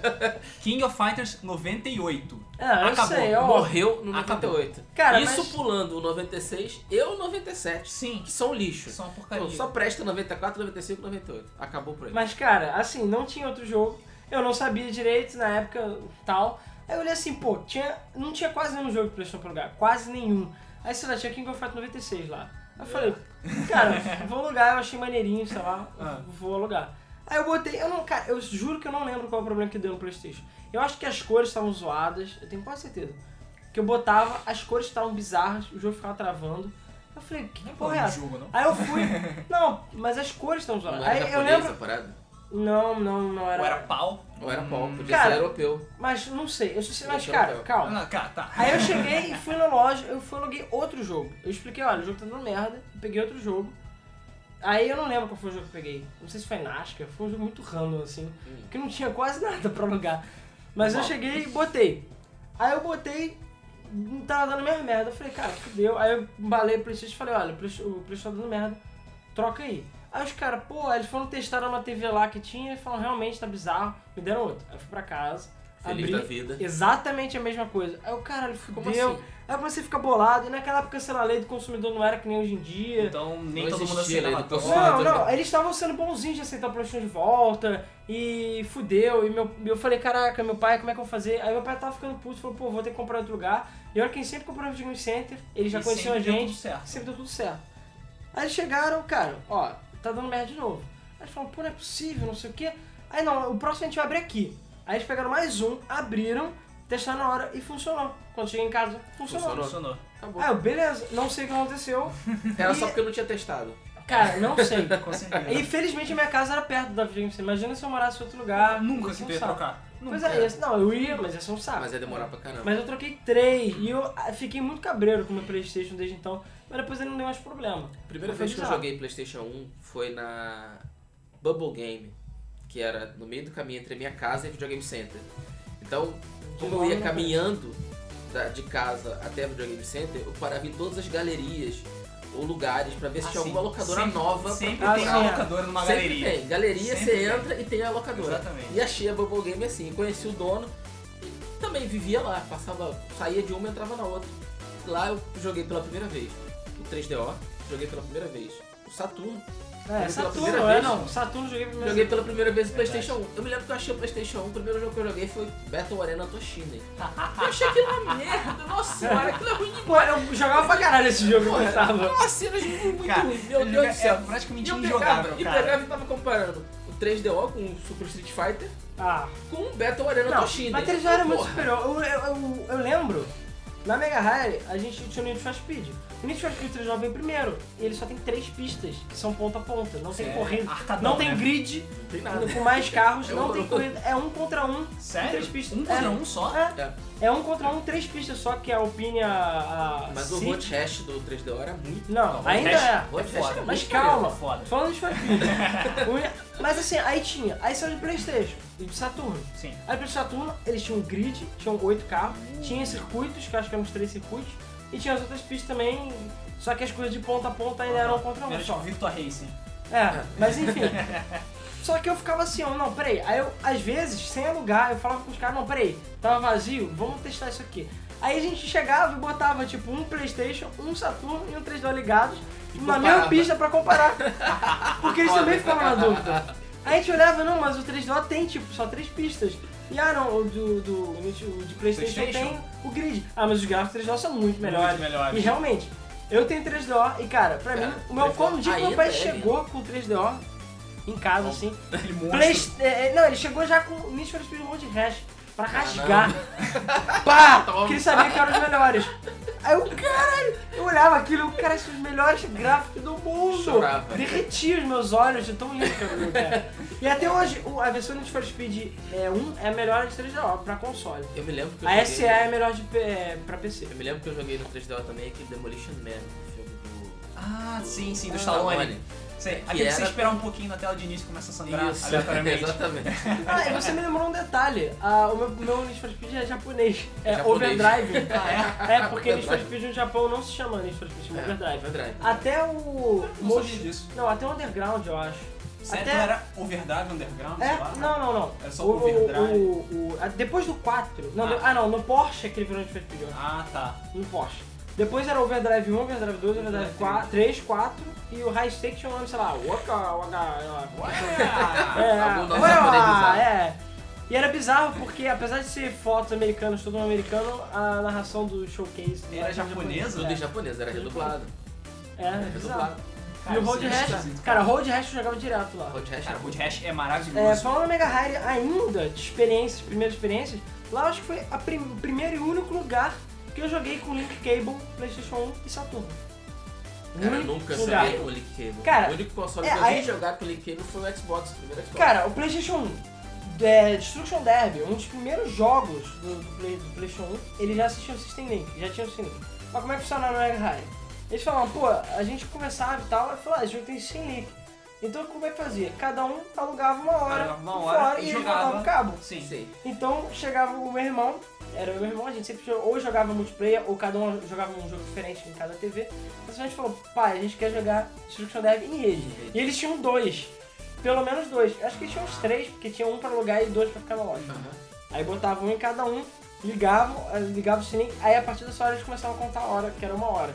King of Fighters 98. É, eu Acabou. sei, ó. Morreu no Acabou. 98. Cara, Isso mas- pulando o 96 e o 97, Sim, que são um lixo. só uma porcaria. Então, só presta 94, 95, 98. Acabou por aí. Mas, cara, assim, não tinha outro jogo. Eu não sabia direito na época tal. Aí eu olhei assim, pô, tinha, não tinha quase nenhum jogo de Playstation pra lugar. Quase nenhum. Aí, sei lá, tinha King of Fighters 96 lá. Aí eu É. falei, cara, vou alugar, eu achei maneirinho, sei lá, Ah. vou alugar. Aí eu botei, eu não, cara, eu juro que eu não lembro qual é o problema que deu no Playstation. Eu acho que as cores estavam zoadas, eu tenho quase certeza. Que eu botava, as cores estavam bizarras, o jogo ficava travando. Eu falei, que Não é porra problema é de essa? jogo, não. Aí eu fui. Não, mas as cores estão zoadas. Não Aí era eu japonês lembro. a parada? Não, não, não era. Ou era pau. Ou era pau, podia Hum. Cara, ser europeu. Mas não sei, eu só sei, mas Deixa eu cara, ver. Ah, calma. não, cara, tá. Aí eu cheguei e fui na loja, eu fui aluguei outro jogo. Eu expliquei, olha, o jogo tá dando merda, eu peguei outro jogo. Aí eu não lembro qual foi o jogo que eu peguei. Não sei se foi Nasca, foi um jogo muito random assim, Hum. que não tinha quase nada pra alugar. Mas eu Uau. cheguei e botei. Aí eu botei, não tava dando minha merda. Eu falei, cara, fudeu. Aí eu embalei o PlayStation e falei, olha, o Playstation- o PlayStation tá dando merda, troca aí. Aí os caras, pô, eles foram testar uma TV lá que tinha e falaram, realmente tá bizarro, me deram outro. Aí eu fui pra casa, Feliz abri, da vida. Exatamente a mesma coisa. Aí o caralho, Como fudeu. assim? Aí eu comecei a ficar bolado. E naquela época, sei lá, a lei do consumidor não era que nem hoje em dia. Então nem Não todo mundo existia lei do aceitava. consumidor. Não, eu não, né? também. eles estavam sendo bonzinhos de aceitar o PlayStation de volta e fudeu. E meu, eu falei, caraca, meu pai, como é que eu vou fazer? Aí meu pai tava ficando puto, falou, pô, vou ter que comprar em outro lugar. E olha quem sempre comprou no videogame center, ele já E conheceu a sempre deu gente, tudo certo. sempre Assim, deu tudo certo. Aí eles chegaram, cara, ó, tá dando merda de novo. Aí eles falaram, pô, não é possível, não sei o quê. Aí não, o próximo a gente vai abrir aqui. Aí eles pegaram mais um, abriram, testaram na hora e funcionou. Quando cheguei em casa, funcionou. Funcionou. Funcionou. Acabou. Ah, eu, beleza, não sei o que aconteceu. Era e- só porque eu não tinha testado. Cara, não sei. Com certeza. E infelizmente a minha casa era perto da videogame center. Imagina se eu morasse em outro Ah, lugar. nunca Ia ser se um veio saco. trocar. Pois Nunca. é, ia ser- não, eu ia, mas ia ser um saco. Mas ia Ah, demorar pra caramba. Mas eu troquei três e eu ah, fiquei muito cabreiro com o meu Playstation desde então. mas depois ele não deu mais problema. A primeira vez que eu Bizarro. joguei PlayStation 1 foi na Bubble Game, que era no meio do caminho entre a minha casa e o videogame center. Então, como eu ia caminhando da- de casa até o videogame center, eu parava em todas as galerias ou lugares pra ver se Ah, tinha sim. alguma é locadora Sempre- nova Sempre pra tem comprar. uma locadora numa Ah, Sempre galeria. tem. Galeria, Sempre você tem. entra e tem a locadora. Exatamente. E achei a Bubble Game assim, conheci o dono e também vivia lá, passava, saía de uma e entrava na outra. Lá eu joguei pela primeira vez. O 3DO, joguei pela primeira vez. O Saturno, É, Joguei pela Saturno, primeira é vez. não. Saturno joguei primeiro. joguei pela primeira vez o Verdade. Playstation 1. Eu me lembro que eu achei o Playstation 1, o primeiro jogo que eu joguei foi Battle Arena Toshine. Eu achei aquilo uma merda, nossa senhora, aquilo é ruim demais. Pô, eu jogava pra caralho esse jogo, eu Porra, gostava. Uma cena de muito Cara, ruim, meu ele Deus joga- do céu. um é praticamente e eu injogável, pegava, e cara. pegava e tava comparando o 3DO com o Super Street Fighter Ah, com o Battle Arena não, Toshine. mas ele já era muito Porra. superior. Eu, eu, eu, eu lembro, na Mega High, a gente tinha o Need for Speed. O Need for Speed 3 vem primeiro, e ele só tem três pistas, que são ponta a ponta. Não tem É, corrida, arcadão, não tem né? grid, tem nada. com mais carros, Eu- não tem eu- corrida. É um contra um, Sério? três pistas. Um contra É. um só? É um contra um, três pistas só, que é a Alpine, a... a É, Mas o City. Hot Hash do 3DO era muito. Não, Não, ainda o resto- é. o resto é Mas foda. Mas Muito calma, maneiro, foda. falando de Farfetch. Mas assim, aí tinha, aí saiu de Playstation e de Saturno. Sim. Aí pro Saturno, eles tinham um grid, tinham oito carros, tinha circuitos, que eu acho que eram uns três circuitos, e tinha as outras pistas também, só que as coisas de ponta a ponta ainda eram contra um Menos só. tipo Virtua Racing. É, mas enfim. Só que eu ficava assim, ó, não, peraí. Aí eu, às vezes, sem alugar, eu falava com os caras, não, peraí, tava vazio, vamos testar isso aqui. Aí a gente chegava e botava, tipo, um Playstation, um Saturno e um 3D ligados na comparava. mesma pista pra comparar. Porque eles também ficavam na dúvida. Aí a gente olhava, não, mas o 3DO tem, tipo, só três pistas. E ah, não, o do, do, o de PlayStation, PlayStation? tem o grid. Ah, mas os gráficos 3DO são muito melhores. Muito melhores. E realmente, eu tenho 3DO e, cara, pra Cara, mim, o meu, 3DO quando o dia que meu ainda pai é chegou com o 3DO em casa, assim. Aquele um monstro. Play, é, é, não, ele chegou já com o Need for Speed Road Rash Ah, pra rasgar. Pá! Porque ele sabia que eram os melhores. Aí eu, caralho, eu olhava aquilo, eu, cara, esses são os melhores gráficos do mundo. Chorava. Derretia os meus olhos de tão lindo que era o jogo, cara. E até hoje, o- a versão Need for Speed é, 1 é a melhor de 3DO pra console. Eu me lembro que eu A joguei. SE é a melhor de, P- é, pra PC. Eu me lembro que eu joguei no 3DO também aquele Demolition Man, o filme do. Ah, sim, sim, do Ah, Stallone. Stallone. Sim, aquele Que que você era- esperar um pouquinho na tela de início e começa a sangrar Isso, aleatoriamente. exatamente. É, Ah, e você me lembrou um detalhe. Ah, o meu, meu Need for Speed é japonês. É, Japonês. overdrive. Ah, É, porque Need for Overdrive. Speed no Japão não se chama Need for Speed, é É, overdrive. overdrive. Até o... é? Não sabia Mod... disso. Não, até o Underground, eu acho. Sério, Até- não era overdrive, underground, sei lá? É? Não, não, não. Ah, É só O- o- overdrive. o- o- a- Depois do 4... Não, Ah. de- ah, não, no Porsche é que ele virou Need for Speed, eu acho. Ah, tá. No Porsche. Depois era Overdrive 1, Overdrive 2, Overdrive 4, 3, 4 e o High Stake tinha o nome, sei lá, Waka, Ué! Waka, É, Ah, Algum nome olha lá, japonês é. E era bizarro porque, apesar de ser fotos americanas, todo mundo americano, a narração do showcase é Era japonesa? Tudo em japonês, era redublado. É, é, Era bizarro. redublado. e o Road isso é Rash, esquisito, cara, Road Rash eu jogava direto lá. Hot Hash Cara, era o muito. Woodhash é É, maravilhoso. falando na Mega High ainda, de experiências, primeiras experiências, lá eu acho que foi a prim- o primeiro e único lugar que eu joguei com Link Cable, Playstation 1 e Saturno. Cara, eu Único nunca lugar. joguei com o Link Cable. Cara, o único console é, que eu aí- vi jogar com o Link Cable foi o Xbox, o primeiro Xbox. Cara, o PlayStation 1, é, Destruction Derby, um dos primeiros jogos do, do Play- do PlayStation 1, ele já assistia o System Link, já tinha o System Link. Mas como é que funcionava no Mega High? Eles falavam, pô, a gente conversava e tal, e falava, ah, esse jogo tem System Link. Então como é que fazia? Cada um alugava uma hora, Alugava uma por hora fora, e e, eles jogava. botavam o cabo. Sim. Sim. Então chegava o meu irmão, era o meu irmão, a gente sempre jogou- ou jogava multiplayer, ou cada um jogava um jogo diferente em cada TV. Mas a gente falou, pai, a gente quer jogar Destruction Derby em Uhum. rede. E eles tinham dois. Pelo menos dois. Eu Acho que eles tinham uns três, porque tinha um pra alugar e dois pra ficar na loja. Uhum. Aí botavam um em cada um, ligavam, eh, ligavam o sininho, aí a partir dessa hora eles começavam a contar a hora, que era uma hora.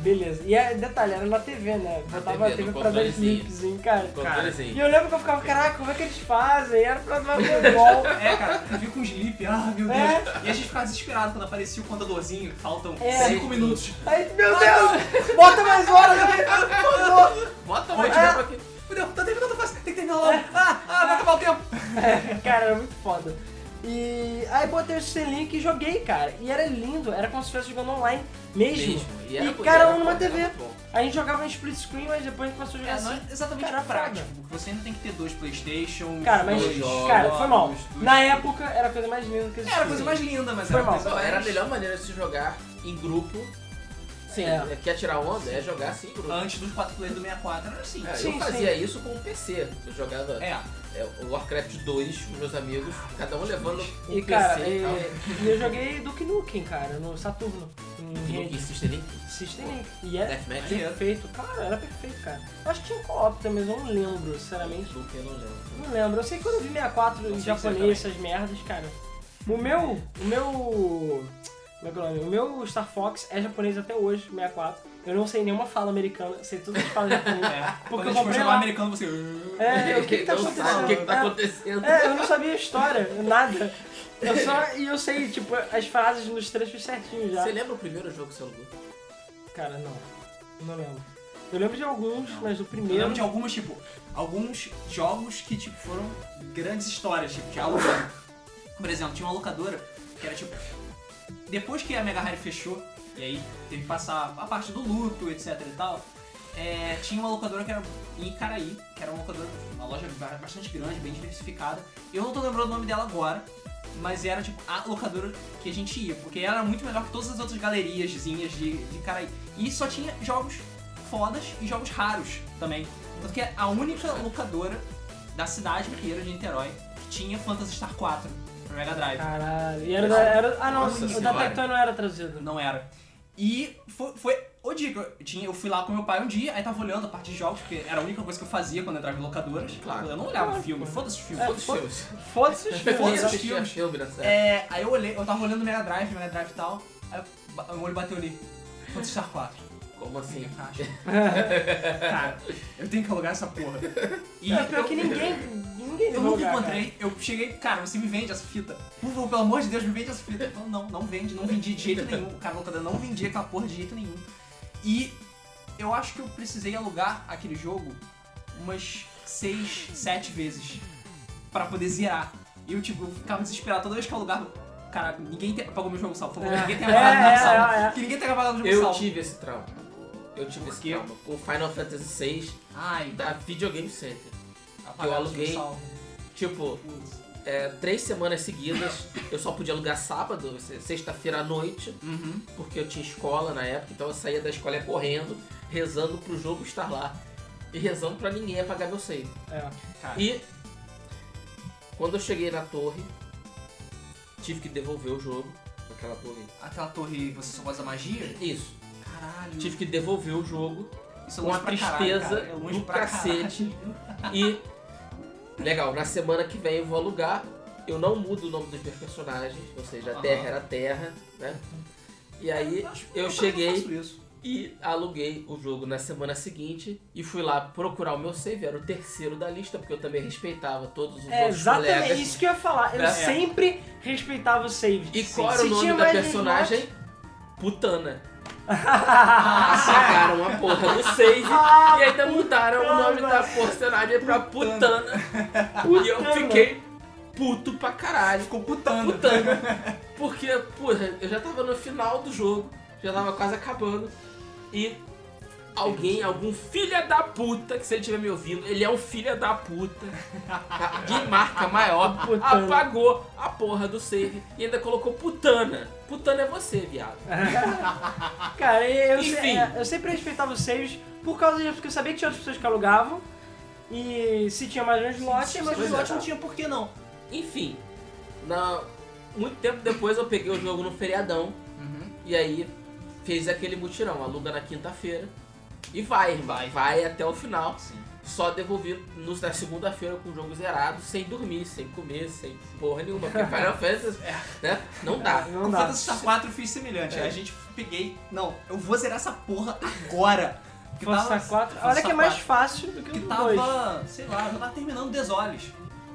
Beleza. E eh, detalhe, era na TV, né? Na Botava a TV, TV no pra dar controlezinho. slinkzinho, cara. E Controlezinho. eu lembro que eu ficava, caraca, como é que eles fazem? Era pra dar um gol. É, cara, eu vi com slip, ah, meu Deus. É. E a gente ficava desesperado quando aparecia o condadorzinho, faltam É. 5 minutos. Aí, meu Deus! Bota mais horas! eu- Bota mais É. tempo aqui. Fudeu, tá terminando a fase, tem que terminar logo. Ah, ah, vai acabar o tempo. Cara, era muito foda. E aí botei o Steam Link e joguei, cara. E era lindo, era como se estivesse jogando online mesmo. Mesmo. E, era- cara, era numa bom, TV. era bom. A gente jogava em split screen, mas depois a gente passou a jogar É, assim. não é exatamente Cara, prático. porque Você ainda tem que ter dois Playstation, Cara, mas, dois jogos, cara, foi mal. dois- Na época, era a coisa mais linda que existia. Era a coisa mais linda, mas Foi era a mal. coisa Não, mais... era a melhor maneira de se jogar em grupo Sim, É. quer tirar onda? É jogar assim, Bruno. Antes dos 4 players do 64 era assim. É, Ah, Sim, eu fazia isso com o PC. Eu jogava É. é, o Warcraft 2 com meus amigos, cada um levando um E PC. cara, e, tal. e eu joguei Duke Nukem, cara, no Saturno. E Em não insiste nem. System Link. E é Deathmatch. perfeito. Cara, era perfeito, cara. Eu acho que tinha co-op também, mas eu não lembro, sinceramente. Do que eu não né? lembro. Não lembro. Eu sei que quando eu vi 64 Não em sei se eu japonês, essas merdas, cara. O meu. O meu. Como é que é o nome? O meu Star Fox é japonês até hoje, 64. Eu não sei nenhuma fala americana, eu sei tudo que fala japonês. É. Porque Porque Quando eu a gente for comprei jogar lá. americano, você. É, o que, que tá Não sabe acontecendo? o que, que tá É. acontecendo. É, eu não sabia a história, nada. Eu só. E eu sei, tipo, as frases nos trechos certinhos já. Você lembra o primeiro jogo que você alugou? Cara, não. Não lembro. Eu lembro de alguns, mas do Eu lembro primeiro. de algumas, tipo, alguns jogos que, tipo, foram grandes histórias, tipo, de algo. Por exemplo, tinha uma locadora que era, tipo, depois que a Mega Hire fechou, e aí teve que passar a parte do luto, etc e tal, é, tinha uma locadora que era em Icaraí, que era uma locadora, uma loja ba- bastante grande, bem diversificada. Eu não tô lembrando o nome dela agora, mas era tipo a locadora que a gente ia, porque ela era muito melhor que todas as outras galeriazinhas de, de Icaraí. E só tinha jogos fodas e jogos raros também. Tanto que é a única locadora da cidade inteira de Niterói que tinha Phantasy Star 4 pra Mega Drive. Caralho. E era da. Era, ah, não, Nossa o da senhora. Tectoy não era traduzido. Não era. E foi, foi o dia que eu tinha. Eu fui lá com meu pai um dia, aí tava olhando a parte de jogos, porque era a única coisa que eu fazia quando eu entrava em locadoras. Claro. Eu não olhava Claro, filme, pô. foda-se o filme. É, Todos os foi- filmes. Foda-se os Eu Foda-se filmes. os assisti filmes. a filme nessa época. É, aí eu olhei, eu tava olhando o Mega Drive, Mega Drive e tal. Aí eu ba- o olho bateu ali. Quanto Star 4? Como assim? Minha caixa. Cara, eu tenho que alugar essa porra. E É, pior que ninguém. Ninguém Eu vai nunca jogar, encontrei, eu cheguei, cara, você me vende essa fita. Por favor, pelo amor de Deus, me vende essa fita. Ele falou, não, não vende, não vendi de jeito nenhum. O cara locador não vendia aquela porra de jeito nenhum. E eu acho que eu precisei alugar aquele jogo umas 6, 7 vezes pra poder zerar. E eu, tipo, eu ficava desesperado toda vez que eu alugava. Cara, ninguém te... pagou meu jogo salvo, por favor, É. ninguém tem apagado meu jogo É, é, salvo. é, é. Que ninguém tenha apagado meu jogo Eu salvo. tive esse trauma. Eu tive esse quê? trauma. Com Final Fantasy VI Ai, da Videogame Center. apagaram o jogo aluguei. salvo. Tipo, Putz. é, três semanas seguidas, eu só podia alugar sábado, se- sexta-feira à noite, Uhum. porque eu tinha escola na época, então eu saía da escola correndo, rezando pro jogo estar lá. E rezando pra ninguém apagar meu save. É. Cara, E quando eu cheguei na torre, tive que devolver o jogo. Aquela torre. aquela torre, você só faz a magia? Isso. Caralho. Tive que devolver o jogo Isso Uma longe pra caralho, tristeza cara. É longe do pra cacete. caralho. E. Legal, na semana que vem eu vou alugar. Eu não mudo o nome dos meus personagens, ou seja, a Aham. Terra era Terra, né? E aí acho que eu nunca cheguei faço isso. e aluguei o jogo na semana seguinte e fui lá procurar o meu save, era o terceiro da lista, porque eu também respeitava todos os É, outros exatamente colegas. isso que eu ia falar. Eu É. sempre respeitava o save. E qual era Se o nome tinha da mais personagem? resgate- Putana. Ah, Sacaram a porra do save e ainda mudaram o nome Putana. da personagem pra Putana. E eu Putana. fiquei puto pra caralho. Ficou putando. Putana. Porque, porra, eu já tava no final do jogo, já tava quase acabando. E alguém, algum filha da puta, que se ele estiver me ouvindo, ele é um filha da puta, de marca maior, Putana. apagou a porra do save e ainda colocou putana. Putana é você, viado. Cara, eu, eu, Enfim. é, eu sempre respeitava os saves por causa disso, porque eu sabia que tinha outras pessoas que alugavam. E se tinha mais um slot, mas mais um o Pois é. slot. slot não tinha por que não. Enfim, na- muito tempo depois eu peguei o jogo no feriadão Uhum, e aí fez aquele mutirão, aluga na quinta-feira e vai, vai, vai até o final. Sim. Só devolvi no- na segunda-feira com o jogo zerado, sem dormir, sem comer, sem porra nenhuma, porque Final Fantasy, É. né? Não dá. Não Com dá. Phantasy Star 4 eu fiz semelhante. É. A gente peguei. Não, eu vou zerar essa porra agora. Que Força 4. Força Olha que é mais 4, fácil do que o Que 2. tava, sei lá, eu tava terminando Desoles.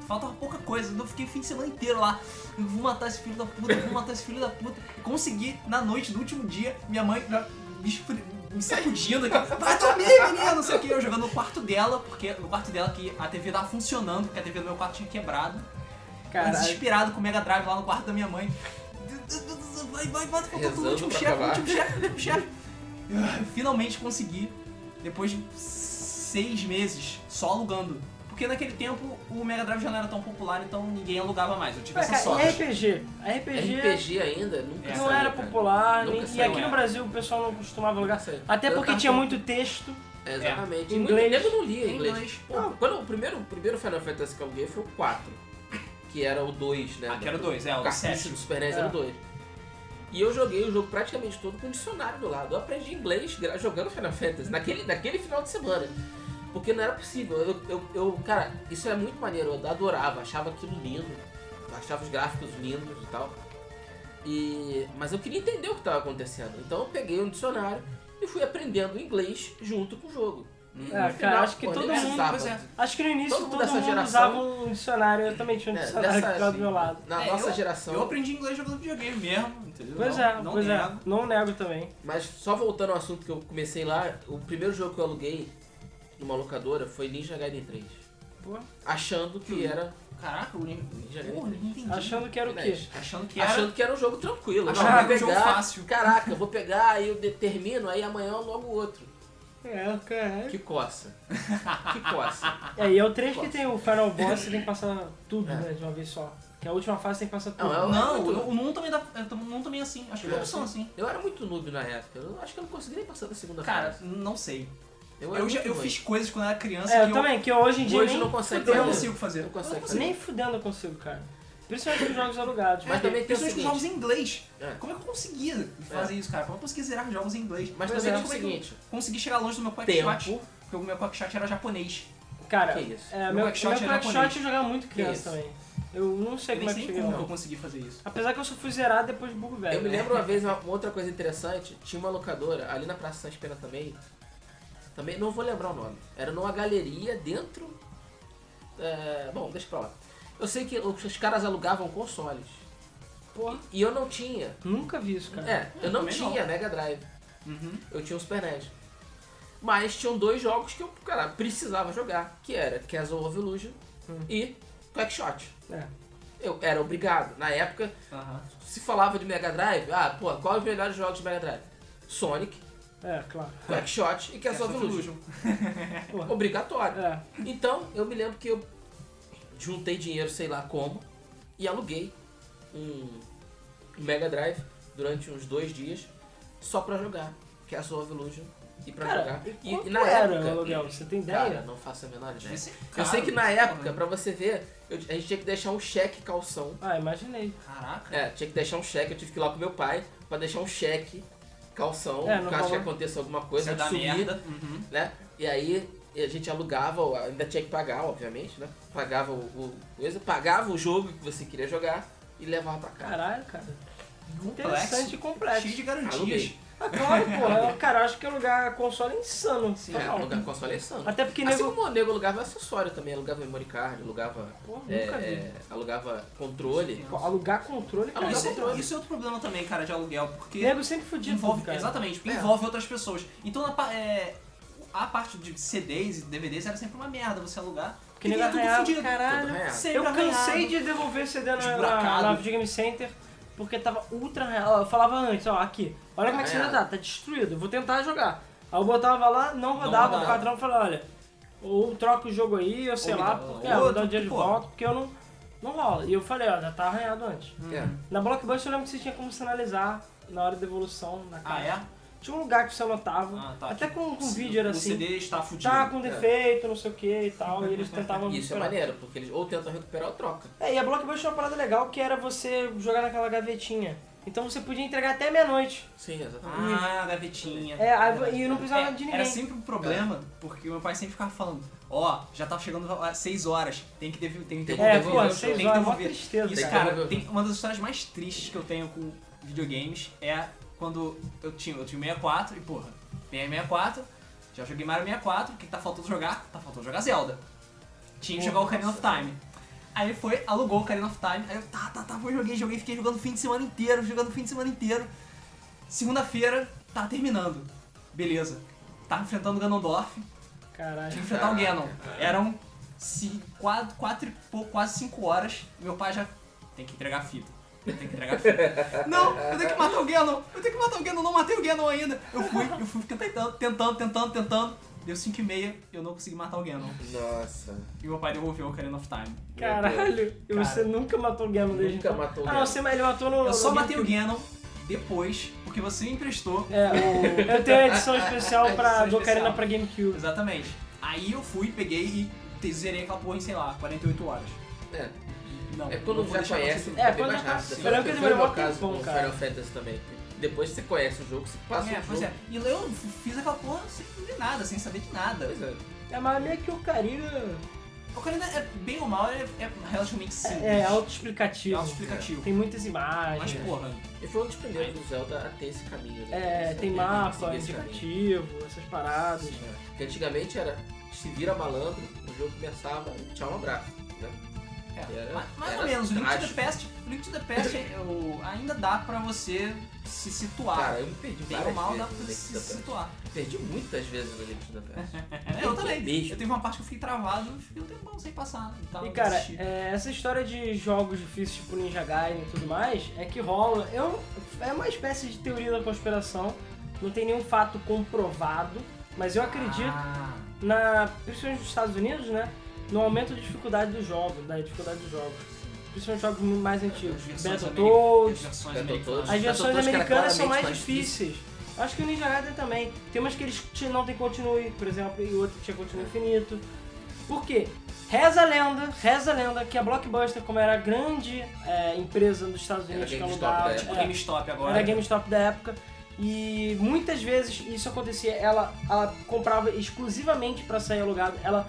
Faltava pouca coisa, então eu fiquei o fim de semana inteiro lá. Eu Vou matar esse filho da puta, eu vou matar esse filho da puta. Consegui, na noite do último dia, minha mãe já me, esfre- me sacudindo aqui. Vai dormir, menino, não sei o que. Eu jogando no quarto dela, porque no quarto dela que a TV tava funcionando, porque a TV do meu quarto tinha quebrado. Caralho. Desesperado com o Mega Drive lá no quarto da minha mãe. Vai, vai, vai, faltou tudo, Rezando último pra chefe, acabar. último chefe, último chefe. Finalmente consegui, depois de seis meses, só alugando. Porque naquele tempo o Mega Drive já não era tão popular, então ninguém alugava mais. Eu tive Pra essa cá, sorte. e RPG? RPG, RPG ainda nunca É, não saiu, era cara. popular, Nunca nem- e saiu, aqui é. no Brasil o pessoal não costumava alugar. Nunca saiu. Até Eu porque tava tinha com- muito texto. É, exatamente. É. E Inglês. Muito tempo eu não lia Em inglês. inglês. Pô, quando o primeiro, o primeiro Final Fantasy que eu aluguei foi o 4, que era o 2, né? Ah, que era o 2, é, O o cartucho 7. do Super NES É. era o 2. E eu joguei o jogo praticamente todo com o dicionário do lado. Eu aprendi inglês gra- jogando Final Fantasy naquele, naquele final de semana. Porque não era possível. Eu, eu, eu- cara, isso é muito maneiro. Eu adorava, achava aquilo lindo. Achava os gráficos lindos e tal. E, mas eu queria entender o que estava acontecendo. Então eu peguei um dicionário e fui aprendendo inglês junto com o jogo. E no É, cara, acho que pô, todo nem mundo- precisava. pois é. Acho que no início Todo todo, mundo dessa mundo geração- usava um dicionário. Eu também tinha um É, dicionário dessa- que tava do meu lado. Na É, nossa eu- geração. Eu aprendi inglês jogando videogame mesmo, entendeu? Pois não, é, não pois nego. é. Não nego também. Mas só voltando ao assunto que eu comecei lá, o primeiro jogo que eu aluguei numa locadora foi Ninja Gaiden 3. Pô, Achando Hum. que era. Caraca, o Ninja Ninja Porra, não entendi. achando que era o quê? Né? Achando que era. Achando que era um jogo tranquilo. Achando Não, que era um vou jogo pegar, fácil. Caraca, eu vou pegar, aí eu de- termino, aí amanhã eu logo outro. É, cara. Que coça. Que coça. É, e é o 3 que tem o Final Boss, você tem que passar tudo, né, de uma vez só. Que a última fase tem que passar tudo. É. Não, é o- Não, muito- o mundo também, dá, o mundo também é assim. Acho que todos são assim. Eu era muito noob na época. Eu acho que eu não consegui nem passar da segunda Cara, fase. não sei. Eu, Eu, era já, muito eu ruim. fiz coisas quando era criança É, eu que também, que hoje em dia Hoje nem, não consegue eu não fazer. consigo fazer. Não consegue fazer. nem fudendo eu consigo, cara. Principalmente os jogos alugados. Mas porque- também tem o Pessoas com seguinte. jogos em inglês. É. Como é que eu conseguia fazer isso, cara? Como eu conseguia zerar jogos em inglês? Mas também Pois é, tem o como é que eu- seguinte. Consegui chegar longe do meu quack Tempo. shot, porque o meu quack shot era japonês. Cara, Que isso? é, Meu meu, meu Quackshot é japonês. Quackshot eu jogava muito criança isso? também. Eu não sei Eu nem como sei é que cheguei como que lá. eu consegui fazer isso. Apesar que eu só fui zerar depois de burro velho. Eu me né? lembro uma vez, uma uma outra coisa interessante, tinha uma locadora ali na Praça Santa Espera também, também não vou lembrar o nome, era numa galeria dentro, é, bom, deixa pra lá. Eu sei que os os caras alugavam consoles, Porra, e eu não tinha, nunca vi isso, cara. é, eu não também não. tinha Mega Drive, Uhum. eu tinha o Super NES. Mas tinham dois jogos que eu, cara, precisava jogar, que era Castle of Illusion e Quackshot. É. Eu era obrigado, na época, Aham. se falava de Mega Drive, ah, pô, qual os melhores jogos de Mega Drive? Sonic, É, claro. Quackshot e Castle of Illusion. Porra. Obrigatório. É. Então, eu me lembro que eu juntei dinheiro, sei lá como, e aluguei um Mega Drive durante uns dois dias só pra jogar Castle of Illusion e pra Cara, jogar. e E, quanto e na era época... o aluguel? Você tem ideia? né? Cara, não faço a menor ideia. Devia ser eu caro, sei que na porra. época, pra você ver, eu- a gente tinha que deixar um cheque calção. Ah, imaginei. Caraca. É, tinha que deixar um cheque, eu tive que ir lá com meu pai pra deixar um cheque calção, É, no caso que valor. aconteça alguma Coisa coisa, é da sumir, merda. Uhum. né? E aí a gente alugava, ou ainda tinha que pagar, obviamente, né? Pagava o, o coisa, pagava o jogo que você queria jogar e levava pra casa. Caralho, cara. Complexo. Interessante e complexo. Cheio de garantias. é Aluguei. Ah, claro, porra. Eu- Cara, eu acho que alugar console é insano. Sim, É, total. alugar console é insano. Até porque Assim nego. como o nego alugava acessório também, alugava memory card, alugava. Porra, é, nunca vi. é, alugava controle. Pô, Alugar controle, cara. Alugar isso Isso, é- controle. é, isso é outro problema também, cara, de aluguel, porque Nego sempre fudido. envolve, cara. exatamente, porque É. envolve outras pessoas. Então na pa- é, a parte de CDs e DVDs era sempre uma merda você alugar. Porque nego arranhava, caralho. Tudo arranhado. Sempre Eu cansei arranhado. de devolver CD na, na, Esburacado. na Video Game Center porque tava ultra real. Eu falava antes, ó, aqui, olha como é que você Arranhado. tá, tá destruído, eu vou tentar jogar. Aí eu botava lá, não rodava, rodava. o patrão falava, olha, ou troca o jogo aí, ou sei me lá, dá porque outro, eu dá o dia de pô. volta, porque eu não, não rola. E eu falei, ó, já tá arranhado antes. É. Na Blockbuster eu lembro que você tinha como sinalizar na hora da devolução na Ah, caixa. é? Tinha um lugar que você anotava, Ah, tá. até com, com O- vídeo era o assim, CD está fudido. tá com é. defeito, não sei o que e tal, e eles tentavam E Isso é recuperar. maneiro, porque eles ou tentam recuperar ou troca. É, e a Blockbuster tinha uma parada legal que era você jogar naquela gavetinha. Então você podia entregar até meia-noite. Sim, exatamente. Ah, gavetinha. um É, aí- e não precisava É, de Era ninguém. sempre um problema, porque meu pai sempre ficava falando, ó, já tá chegando às 6 horas, tem que devolver, tem que É, devolver, pô, entendeu? seis tem que horas, mó devolver. tristeza, Isso, cara. cara, tem- uma das histórias mais tristes que eu tenho com videogames é quando eu tinha, eu tinha o 64 e, porra, peguei 64, já joguei Mario 64, o que que tá faltando jogar? Tá faltando jogar Zelda. Tinha que jogar o Ocarina of Time. Aí ele foi, alugou o Ocarina of Time, aí eu, tá, tá, tá, vou joguei, joguei, fiquei jogando o fim de semana inteiro, jogando o fim de semana inteiro. Segunda-feira, tá terminando. Beleza. Tava enfrentando o Ganondorf, tinha que Caralho. enfrentar o Ganon. Eram ci- quatro, quatro e pouco, quase cinco horas. Meu pai já tem que entregar a fita. Tem que entregar a fita. não, eu tenho que matar o Ganon. Eu tenho que matar o Ganon. Não matei o Ganon ainda. Eu fui, eu fui ficando tentando, tentando, tentando, tentando. deu 5 e meia e eu não consegui matar o Ganon. Nossa. E meu pai devolveu o Ocarina of Time. Caralho, e você Cara. nunca matou o Ganon desde Nunca então? matou o Ah, Ganon. não, você ele matou no... Eu só no matei o GameCube. Ganon depois, porque você me emprestou. É, eu tenho a edição especial pra, Edição do Ocarina especial. pra GameCube. Exatamente. Aí eu fui, peguei e te- zerei aquela porra em, sei lá, 48 horas. É, E Não, é quando não vou já deixar você assim. conhece, se- fica É, bem quando mais já tá- rápido. eu Foi- lembro que foi demorou meu um caso tempão, com cara. Final Fantasy também. Depois que você conhece o jogo, você passa É, o pois jogo. é. E eu fiz aquela porra sem entender nada, sem saber de nada. Pois é. É, mas meio que o Ocarina O Ocarina é bem ou mal, é, é relativamente simples. é, é autoexplicativo. explicativo Tem muitas Mas, imagens. porra, E foi um dos primeiros do Zelda a ter esse caminho. Né? É, Esse- tem ele mapa, seguir esse caminho. indicativo, essas paradas. É, Porque antigamente era se vira malandro, o jogo começava e tchau, um abraço. Né? é, Era- ma- mais era ou menos. O Link to the trágico. Past, o Link to the Past é, o- ainda dá pra você se situar. Cara, eu me perdi bem várias ou mal, dá pra vezes no Link to você se the Past. situar. Perdi muitas vezes no Link to the Past. É, eu também. Beijo. Eu teve uma parte que eu fiquei travado e fiquei um tempão sem passar. Tava E cara, desistindo. é, essa história de jogos difíceis tipo Ninja Gaiden e tudo mais é que rola. Eu, é uma espécie de teoria da conspiração. Não tem nenhum fato comprovado, mas eu acredito Ah, na, principalmente nos Estados Unidos, né? No aumento de dificuldade dos jogos, da dificuldade dos jogos. Principalmente jogos mais antigos. As versões as Battletoads. versões Battletoads. As americanas. versões Battletoads, cara, americanas são claramente mais mais difíceis. Acho que o Ninja Gaiden também. Tem umas que eles ti- não tem continue, por exemplo, e o outro tinha continue infinito. Por quê? Reza a lenda, reza a lenda que a Blockbuster, como era a grande é, empresa dos Estados Era Unidos que GameStop alugava, da tipo, Tipo GameStop agora. era a GameStop da época. E muitas vezes isso acontecia, ela, ela comprava exclusivamente pra sair alugado. Ela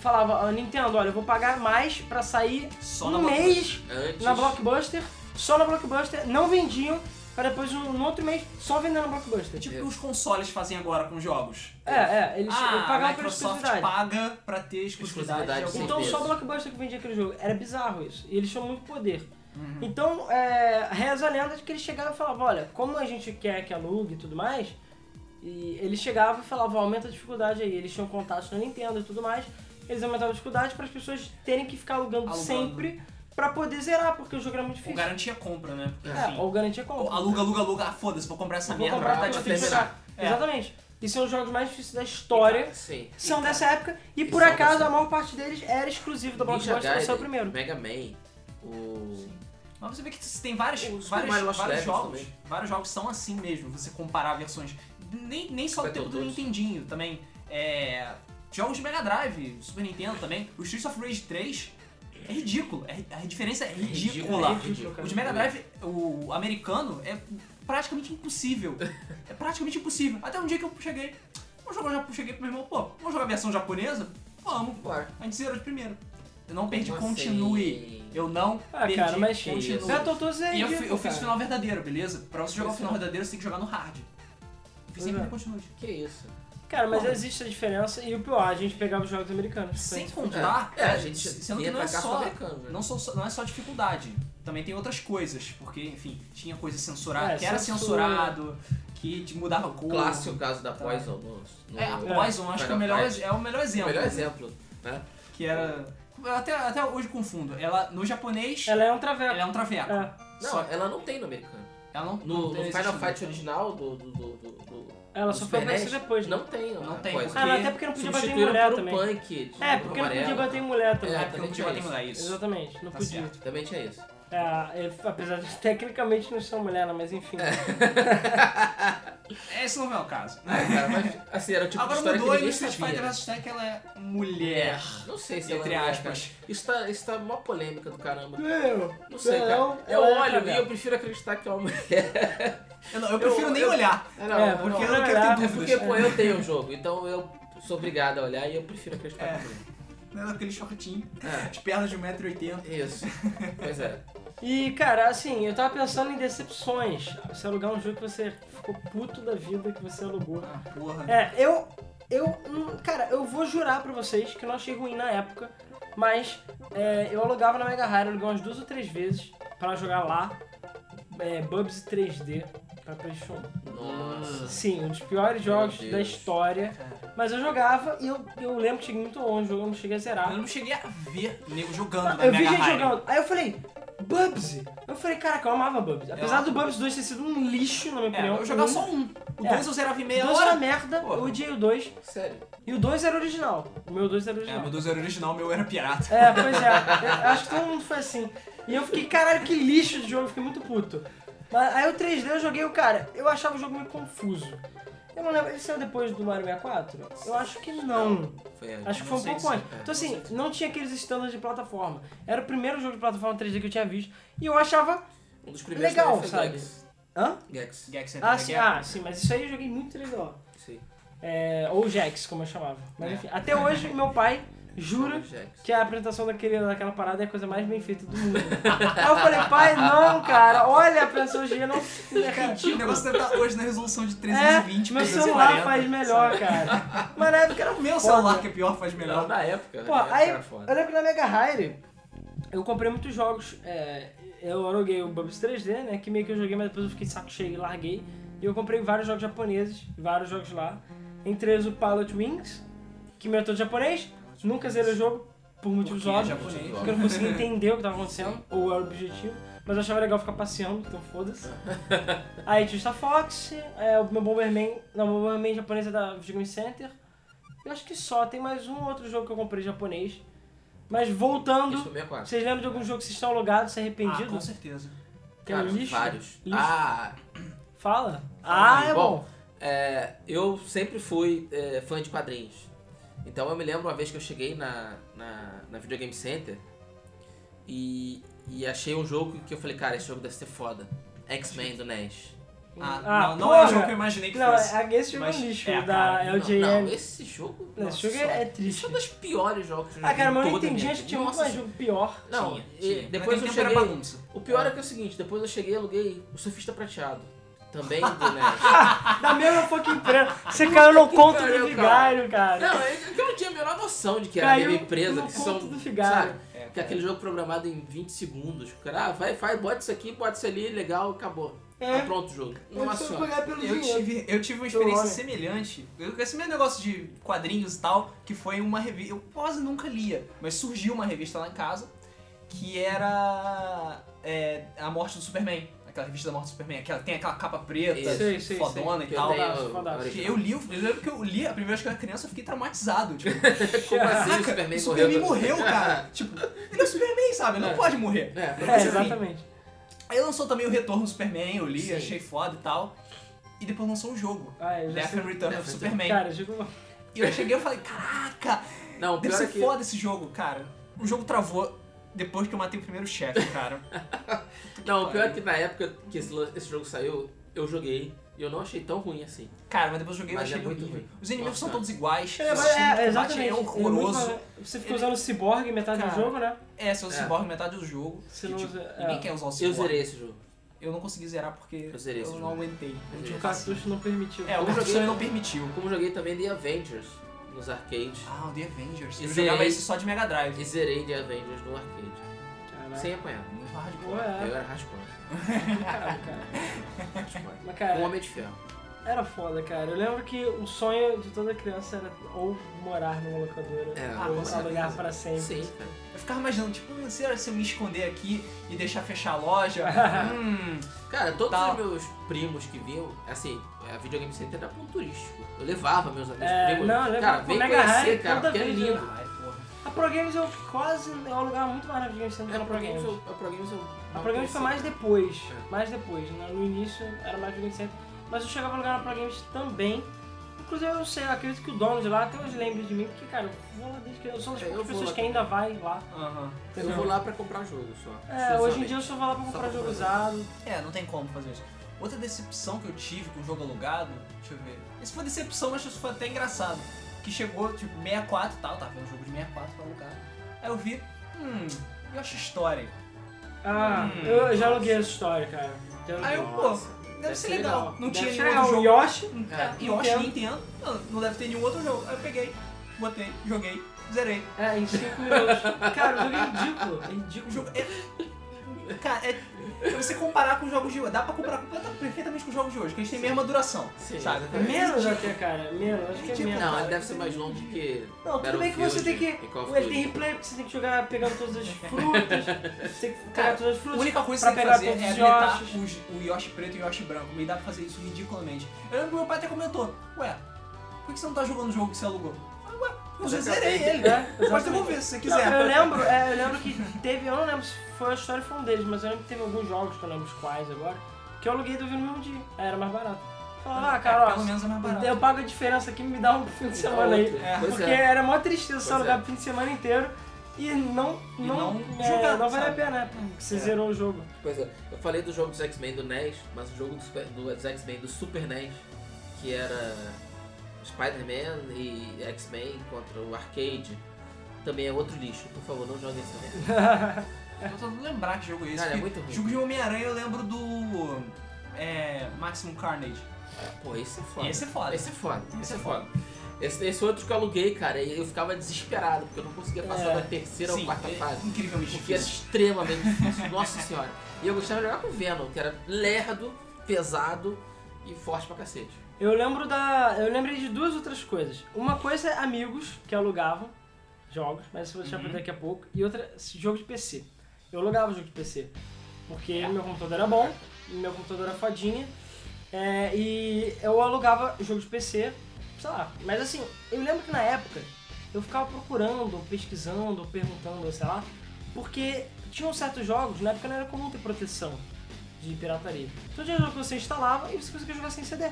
falava, "Ah, Nintendo, olha, eu vou pagar mais pra sair Só na um Blockbuster. mês Antes. na Blockbuster, só na Blockbuster, não vendiam, para depois no no outro mês só vender na Blockbuster. Tipo o que os consoles fazem agora com jogos. é, é, eles ah, a eles pagavam pela Microsoft exclusividade. paga pra ter exclusividade. Exclusividade, de algum- tipo. Então Sim, só a mesmo. Blockbuster que vendia aquele jogo. Era bizarro isso. E eles tinham muito poder. Uhum. Então, é, reza a lenda de que eles chegavam e falavam, olha, como a gente quer que alugue e tudo mais, e eles chegavam e falavam, aumenta a dificuldade aí. Eles tinham contatos na Nintendo e tudo mais. Eles aumentavam a dificuldade para as pessoas terem que ficar alugando, Alugando. sempre pra poder zerar, porque o jogo era muito Ou difícil. garantia compra, né? Porque, Então, É, enfim, ou garantia ou compra. aluga, aluga, aluga. Ah, foda-se, vou comprar essa Vou merda. comprar pra pra tá difícil terminar. de difícil. jogar. É. Exatamente. E são os jogos mais difíceis da história. Sim. São dessa época. E, E por são acaso, dessa a maior parte deles era exclusivo da Ninja Blockbuster, só o Gaiden, primeiro. Mega Man, o. Mas você vê que tem vários, O Super vários, Mario Lost vários Levels jogos. também. Vários jogos são assim mesmo, você comparar versões. Nem, nem só do tempo do Battletoads. Nintendinho também. É, jogos de Mega Drive, Super Nintendo também. O Streets of Rage 3 é ridículo. é- a diferença é ridícula. É ridículo, O cara. de Mega Drive, o americano, é praticamente impossível. É praticamente impossível. Até um dia que eu cheguei. Vamos jogar, eu já cheguei pro meu irmão, pô, vamos jogar a versão japonesa? Vamos. Claro. A gente zerou de primeiro. Eu não perdi, Como continue. assim? Eu não Ah, perdi, cara, mas continue. isso. Battletoads é E eu, fi- ridículo, eu fiz cara. o final verdadeiro, beleza? Pra você jogar o Isso. final verdadeiro, você tem que jogar no hard. Eu fiz Pois sempre é. no continuous. Que isso? Cara, mas Porra. existe a diferença. E o pior, a gente pegava os jogos americanos. Sem Então, contar, É, a gente sendo que vinha não é pra cá só, fabricando, né? não, só- só- não é só dificuldade. Também tem outras coisas, porque, enfim, tinha coisa censurada, É, que era censura. censurado, que te mudava a cor. Clássico caso da Tá. Poison. No, no- É, a Poison, acho que é o melhor, é o melhor o exemplo. melhor exemplo. Né? Que era... eu Até, até hoje confundo. Ela, no japonês, ela, Ela é um traveco. é um traveco. É. Não, Só- ela não tem no americano. ela não, não No, no existe Final no Fight americano. original do. do, do, do, do Ela do só foi Super NES, aparecer depois, né? Não tem, É. Não a tem, Poison. Ah, não, até porque não podia bater em Substituíram mulher por também. um punk. de- É, porque não podia amarelo. bater um- em mulher É, também. porque não podia bater em mulher, isso. Exatamente, não Tá podia. certo. Exatamente é isso. É, é, apesar de tecnicamente não ser uma mulher, né? mas enfim. É. Esse não é o caso. Ah, cara, mas assim, era o tipo Agora de história mudou que e no ninguém Street sabia. Fighter vs Tekken ela é mulher. Não sei se Entre ela é, aspas. cara. Isso tá, isso tá mó polêmica do caramba. Meu, Não sei, não, cara. Eu ela é olho e traveco. eu prefiro acreditar que é uma mulher. Eu, não- eu prefiro Eu- nem eu- olhar. É, É, porque eu não não é quero ter olhar, É dúvidas. porque, pô, eu tenho o jogo, então eu sou obrigado a olhar e eu prefiro acreditar É. que é mulher. Né, Aquele shortinho, É. as pernas de 1,80m. Isso. Pois é. E, cara, assim, eu tava pensando em decepções. Você alugar um jogo que você ficou puto da vida que você alugou. Ah, porra. É, eu. Eu. hum, Cara, eu vou jurar pra vocês que eu não achei ruim na época, mas é, eu alugava na Mega Rare, eu aluguei umas duas ou três vezes pra jogar lá. É, Bubsy 3D pra PlayStation 1. Nossa. Sim, um dos piores jogos Ah. Deus. da história. Mas eu jogava e eu, eu lembro que cheguei muito longe, o jogo eu não cheguei a zerar. Eu não cheguei a ver o nego jogando né, na Eu vi Mega gente High. jogando. Aí eu falei, Bubsy. Eu falei, caraca, eu amava Bubsy. Apesar do Bubsy 2 ter sido um lixo, na minha É, opinião. eu jogava só um. O É. dois eu zerava em meia dois era hora. merda, Porra. eu odiei o 2. Sério. E o 2 era original. O meu 2 era É, original. meu 2 era original, meu era pirata. É, pois é. Eu acho que todo mundo foi assim. E eu fiquei, caralho, que lixo de jogo, eu fiquei muito puto. Mas aí o 3D eu joguei o cara, eu achava o jogo meio confuso. Eu não lembro, ele saiu depois do Mario 64? Eu acho que não. Foi antes. Acho que foi um Não sei pouco se- antes. é, Então não assim, não tinha aqueles standards de plataforma. Era o primeiro jogo de plataforma 3D que eu tinha visto. E eu achava. Um dos primeiros Legal, também foi sabe? Gex. Hã? Gex. Gex and Ah the sim, Gecko. ah, sim, mas isso aí eu joguei muito legal. Sim. É, ou Jax, como eu chamava. Mas É. enfim, até hoje meu pai jura Gex. que a apresentação daquele, daquela parada é a coisa mais bem feita do mundo. Aí eu falei, pai, não, cara, olha a prensologia, não é O ridículo. negócio deve estar hoje na resolução de É, 320 meu 340, celular faz melhor, cara. Mas na época era O meu foda. celular que é pior faz Melhor melhor. da época. Pô, na época aí era eu né, foda. lembro que na Mega Hire eu comprei muitos jogos. é, eu aluguei o Bubbles 3D, né? Que meio que eu joguei, mas depois eu fiquei de saco cheio e larguei. E eu comprei vários jogos japoneses, vários jogos lá. Entre eles o Pilot Wings, que meu é todo japonês. Nunca zerei o jogo, por motivos Porque é óbvios. japonês. Porque eu não conseguia entender o que tava acontecendo, ou era o objetivo. Mas eu achava legal ficar passeando, então foda-se. Aí tinha o Star Fox, é, o meu Bomberman, não, o Bomberman japonês é da Video Game Center. Eu acho que só, tem mais um outro jogo que eu comprei japonês. Mas voltando, Isso, é 64. vocês lembram de algum jogo que vocês estão alugados, se Ah, arrependido? com certeza. que é Cara, lixo? vários. Lixo. Ah, Fala. Fala Ah, aí. é bom. é, eu sempre fui é, fã de quadrinhos. Então eu me lembro uma vez que eu cheguei na, na, na Video Game Center e, e achei um jogo que eu falei, cara, esse jogo deve ser foda. X-Men do NES. Ah, Ah, não, não é o porra. jogo que eu imaginei que Não, fosse. é- esse jogo é um Mas- lixo é, da cara, não, Não, não, LJN. esse jogo. Não, nossa, esse jogo é- é Esse é triste. um dos piores jogos que eu já Ah, cara, vi mas eu não toda a entendi, minha acho vida. que tinha muito Nossa, mais jogo pior. Não, Tinha, e tinha. Mas depois eu naquele tempo cheguei- era bagunça. O pior é. que é o seguinte, depois eu cheguei e aluguei o Surfista Prateado. Também do NES. Da mesma fucking empresa. Você caiu no que conto pariu, do vigário, cara. não, é que eu não tinha a menor noção de que era a Caiu mesma empresa. no Que conto são, do Figaro. sabe? É, Que é aquele jogo programado em 20 segundos. O cara, ah, vai, vai, bota isso aqui, bota isso ali, legal, acabou. É. Tá pronto o jogo. Eu Nossa fui senhora. pagar pelo Eu dinheiro. tive, eu tive uma experiência Olha. semelhante, eu- com esse mesmo negócio de quadrinhos e tal, que foi uma revista. Eu quase nunca lia, mas surgiu uma revista lá em casa que era é, A Morte do Superman. Aquela revista da Morte do Superman, aquela, tem aquela capa preta, Isso. Sei, sei, fodona Que e eu tal. tenho Fodaço, fodaço. a Porque original. eu li, eu lembro que eu li, a primeira vez que eu era criança eu fiquei traumatizado. Tipo, Como assim o o Superman, Superman morreu? morreu, cara. tipo, ele é o Superman, sabe? Não É. pode morrer. É, É, Sim. exatamente. Aí lançou também o Retorno do Superman, eu li, Sim. achei foda e tal. E depois lançou um jogo. Ah, eu já Death sei. and Return Death of and- Superman. Cara, eu digo... E eu cheguei e falei, caraca, não, o deve pior é ser que foda esse jogo, cara. O jogo travou depois que eu matei o primeiro chefe, cara. Não, o pior é que na época que esse, lan- esse jogo saiu, eu joguei e eu não achei tão ruim assim. Cara, mas depois eu joguei e Mas achei é muito horrível. ruim. Os inimigos são Nossa. todos iguais. É, o mas sistema de é, combate exatamente. é É horroroso. muito- Você fica usando o cyborg metade do Cara. jogo, né? É, você usa o É. cyborg metade do jogo. Você que, não tipo, usa- Ninguém é. quer usar o Eu cyborg. zerei esse jogo. Eu não consegui zerar porque eu, Eu zerei esse não jogo. aguentei. Eu zerei tive O esse paciência. cartucho não permitiu. É, o Eu joguei- Cartucho não permitiu. Como joguei também The Avengers nos arcades. Ah, o The Avengers. E Eu zerei. jogava esse só de Mega Drive. E zerei The Avengers no arcade. É. Caraca. Sem apanhar. Muito hardcore. Ué, Eu era rascunho. cara, cara. rascunho. Mas, Um cara, homem de ferro. era foda, cara. Eu lembro que o sonho de toda criança era ou morar numa locadora, É, ah, ou com alugar certeza. pra sempre. Sim, cara. Eu ficava imaginando, tipo, "Hum, será se eu me esconder aqui e deixar fechar a loja? hum, Cara, todos Tá. os meus primos que vinham, assim, a videogame center era ponto turístico. Eu levava meus amigos É, primos. não, eu levava cara, pro vem Mega conhecer, High cara, toda porque é vez, lindo. Ai, porra. A Pro Games eu quase. Eu alugava muito mais na Video Games Center É, que a na Pro Games. eu- a Pro Games eu. A não Pro Games conheci. foi mais depois. É. Mais depois. né? No início era mais Video Game Center. Mas eu chegava a alugar na Pro Games também. Inclusive, eu sei, eu acredito que o dono de lá até hoje lembra de mim, porque, cara, eu vou lá desde que eu sou uma das É, eu poucas vou pessoas lá que ainda vai lá. Aham. Eu vou lá pra comprar jogo só. É, hoje em exclusivamente. dia eu só vou lá pra Só comprar pra jogo comprar usado. É, não tem como fazer isso. Outra decepção que eu tive com o jogo alugado, deixa eu ver. Isso foi decepção, mas isso foi até engraçado. Que chegou, tipo, 64 e tal, tava vendo um jogo de 64 pra alugar. Aí eu vi, hum, Yoshi Story. Ah, Hum. eu eu já aluguei essa história, cara. Já Aí eu, aluguei. pô, Nossa, deve, deve ser ser legal. legal. Não Deve tinha ser nenhum legal. outro jogo. Yoshi. É, É, Yoshi Nintendo. Nintendo, não, não deve ter nenhum outro jogo. Aí eu peguei, botei, joguei, zerei. É, em 5 minutos. Cara, o jogo é ridículo. É ridículo. O jogo é. Cara, é. Pra você comparar com os jogos de hoje, dá pra comparar completa- perfeitamente com os jogos de hoje, que eles têm a mesma duração. Sim, sabe? É. exatamente. Menos até, cara. Menos, acho que é Ridículo. menos. Não, cara, ele deve que ser tem mais um longo monte que. Não, tudo bem que você tem que. Battlefield e Call of Ele tem Duty. replay, porque você tem que jogar pegando todas as frutas. você tem que pegar Cara, todas as A frutas. única coisa pra que você tem que fazer pegar é todos os habilitar Yoshis. os- o Yoshi preto e o Yoshi branco. E dá pra fazer isso ridiculamente. Eu lembro que meu pai até comentou, ué, por que você não tá jogando o jogo que você alugou? Eu já zerei ele. É, Pode exatamente. devolver se você Não, quiser. né? eu lembro, é, eu lembro que teve, eu não lembro se foi a história foi um deles, mas eu lembro que teve alguns jogos, que eu não lembro os quais agora, que eu aluguei do vídeo no mesmo dia. Aí Era mais barato. Falava, ah, cara, É, ó, pelo menos é mais barato. eu pago a diferença aqui, me dá um fim de semana aí. É, Pois Porque é. era mó tristeza só Pois alugar é. o fim de semana inteiro e não, E não, não é, jogar, não vale a sabe? pena, né? Porque você É. zerou o jogo. Pois é, eu falei do jogo dos X-Men do NES, mas o jogo dos do dos X-Men do Super NES, que era Spider-Man e X-Men contra o Arcade, também é outro lixo. Por favor, não joguem essa merda. Eu tô tentando lembrar que jogo é esse. Cara, é porque muito ruim. Jogo de Homem-Aranha eu lembro do. É. Maximum Carnage. Pô, esse é foda. Esse é foda. Esse é foda, esse é foda. Esse, esse outro que eu aluguei, cara, e eu ficava desesperado, porque eu não conseguia passar É. da terceira ou quarta é fase. Incrivelmente Porque era difícil. extremamente difícil, nossa senhora. E eu gostava de jogar com o Venom, que era lerdo, pesado e forte pra cacete. Assim Eu lembro da. Eu lembrei de duas outras coisas. Uma coisa é amigos que alugavam jogos, mas isso eu vou deixar pra daqui a pouco. E outra, esse jogo de PC. Eu alugava jogo de PC. Porque meu computador era bom, meu computador era fodinha. é, e eu alugava jogo de PC, sei lá. Mas assim, eu lembro que na época eu ficava procurando, ou pesquisando, ou perguntando, ou sei lá, porque tinham certos jogos, na época não era comum ter proteção de pirataria. Então tinha jogo que você instalava e você conseguia jogar sem CD.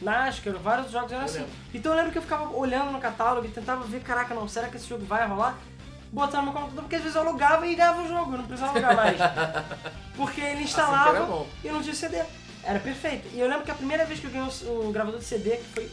Nascar, vários jogos eram Eu assim. lembro. Então eu lembro que eu ficava olhando no catálogo e tentava ver, caraca, não, será que esse jogo vai rolar? Botar no meu computador, porque às vezes eu alugava e ganhava o jogo, eu não precisava alugar mais. Porque ele Assim que era instalava bom. e não tinha CD. Era perfeito. E eu lembro que a primeira vez que eu ganhei um, um gravador de CD, que foi.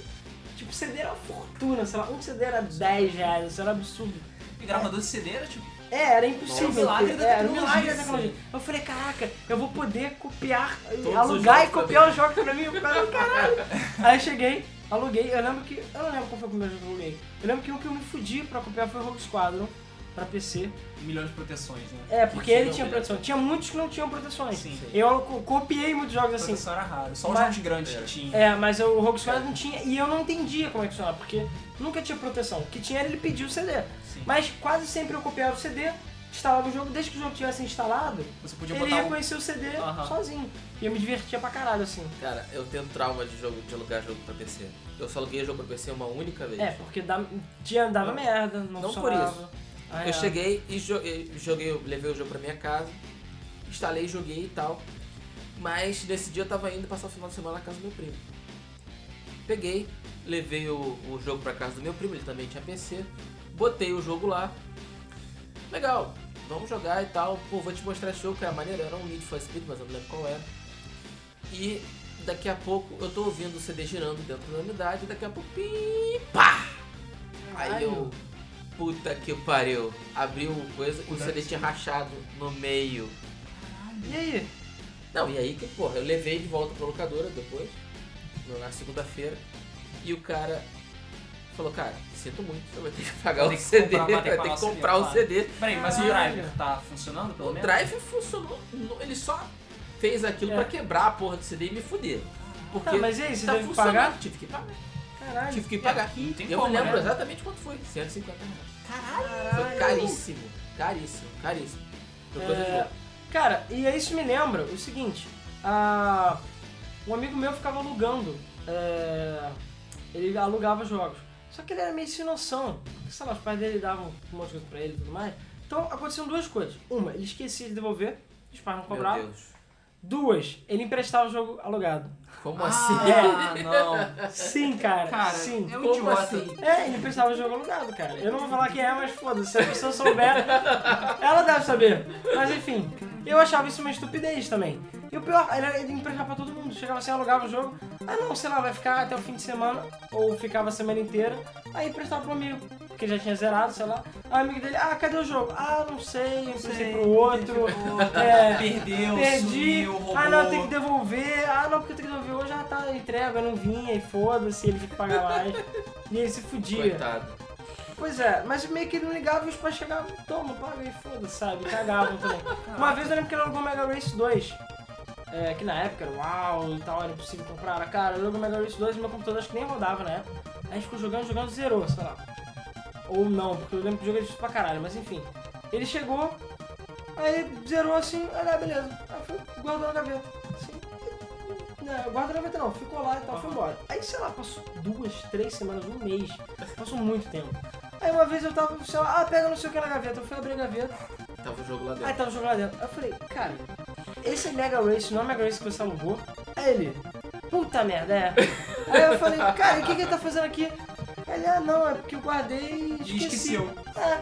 Tipo, CD era uma fortuna, sei lá, um CD era 10 reais, isso era um absurdo. E gravador de CD era tipo. É, era impossível. Nossa, ter. milagre da É, era um tecnologia, milagre da sim. tecnologia. Eu falei, caraca, eu vou poder copiar, os alugar e jogos pra copiar mim. os jogos pra mim. Eu falei, caralho. Aí eu cheguei, aluguei, eu lembro que. Eu não lembro qual foi o primeiro jogo que eu aluguei. Eu lembro que o que eu me fudi pra copiar foi o Rogue Squadron pra PC. Milhões um de proteções, né? É, porque ele tinha tinha proteção. Tinha muitos que não tinham proteções. Sim. Sim. Eu co- copiei muitos jogos É, assim. Proteção era raro. Só os Mas- jogos grandes É. que tinha. É, mas o Rogue Squadron não tinha, e eu não entendia como é que funcionava, porque nunca tinha proteção. O que tinha era ele pedir o CD. Sim. Mas quase sempre eu copiava o CD, instalava o jogo, desde que o jogo tivesse instalado, Você podia ele é botar um. reconhecia o CD Aham. sozinho. E eu me divertia pra caralho, assim. Cara, eu tenho trauma de jogo de alugar jogo pra PC. Eu só aluguei jogo pra PC uma única vez. É, porque dava, tinha, Não. dava merda, não, Não por funcionava. isso. Ah, eu é. cheguei e jo- e joguei, eu levei o jogo pra minha casa, instalei, joguei e tal. Mas nesse dia eu tava indo passar o final de semana na casa do meu primo. Peguei, levei o, o jogo pra casa do meu primo, ele também tinha PC. Botei o jogo lá. Legal, vamos jogar e tal. Pô, vou te mostrar esse jogo que era maneiro, era um Need for Speed, mas eu não lembro qual era. E daqui a pouco eu tô ouvindo o CD girando dentro da unidade, daqui a pouco pi, pá! Aí eu, puta que pariu, abriu o coisa e o CD tinha rachado no meio. ah. E aí? Não, e aí que porra, eu levei de volta pra locadora depois, no- na segunda-feira, e o cara falou, cara, sinto muito, você vai ter que pagar Tem o que CD, comprar, vai ter que pagar o CD, comprar o claro. CD. Peraí, mas o Caralho. driver tá funcionando pelo O menos? drive funcionou, no- ele só fez aquilo É. pra quebrar a porra do CD e me fuder. Porque Tá, mas e aí, você tá teve que funcionando, pagar? Tive que pagar. Caralho. Tive que pagar. não tem eu como, me lembro né? Ah, exatamente quanto foi. 150 reais. Caralho. Foi caríssimo. Caríssimo, caríssimo. Por coisa de É, jogo. Cara, e aí isso me lembra o seguinte: a... um amigo meu ficava alugando, é, ele alugava jogos. Só que ele era meio sem noção, porque, sei lá, os pais dele davam um monte de coisa pra ele e tudo mais. Então aconteciam duas coisas: uma, ele esquecia de devolver, os pais não Meu cobravam. Deus. Duas, ele emprestava o jogo alugado. Como assim? Ah, não. Sim, cara, Cara, sim. é um Como idiota. assim? É, ele emprestava o jogo alugado, cara. Eu não vou falar quem é, mas foda-se. Se a pessoa souber, ela deve saber. Mas enfim, eu achava isso uma estupidez também. E o pior era ele emprestar pra todo mundo. Chegava assim, alugava o jogo. Ah não, sei lá, vai ficar até o fim de semana. Ou ficava a semana inteira. Aí emprestava pro amigo. Porque já tinha zerado, sei lá. Aí o amigo dele, ah, cadê o jogo? Ah, não sei, eu emprestei pro outro. É, Perdeu, Perdi, sumiu, roubou. ah não, tem que devolver, ah não, porque eu tenho que devolver hoje, ah tá, entrega, eu não vinha, e foda-se, ele tinha que pagar mais. e ele se fudia. Coitado. Pois é, mas meio que ele não ligava e os pais chegavam, toma, paga e foda-se, sabe? Cagavam também. Uma vez eu lembro que ele alugou Mega Race 2. é, que na época era uau e tal, era impossível comprar. Cara, eu alugou Mega Race 2 e meu computador acho que nem rodava na época. Aí a gente ficou jogando, jogando, zerou, sei lá. Ou não, porque eu lembro que o jogo é difícil pra caralho, mas enfim. Ele chegou, aí zerou assim, aí ah, beleza. Aí foi, guardou na gaveta. Assim, não, guardou na gaveta não, ficou lá e tal, foi embora. Aí sei lá, passou duas, três semanas, um mês. Passou muito tempo. Aí uma vez eu tava, sei lá, ah, pega não sei o que na gaveta. Eu fui abrir a gaveta, Tava o jogo lá aí dentro. tava jogando lá dentro. Aí eu falei, cara, esse Mega Race não é o Mega Race que você alugou? Aí ele, puta merda, é. Aí eu falei, cara, e o que, que ele tá fazendo aqui? Ele, ah, não, é porque eu guardei e esqueci. E esqueceu. É. Aí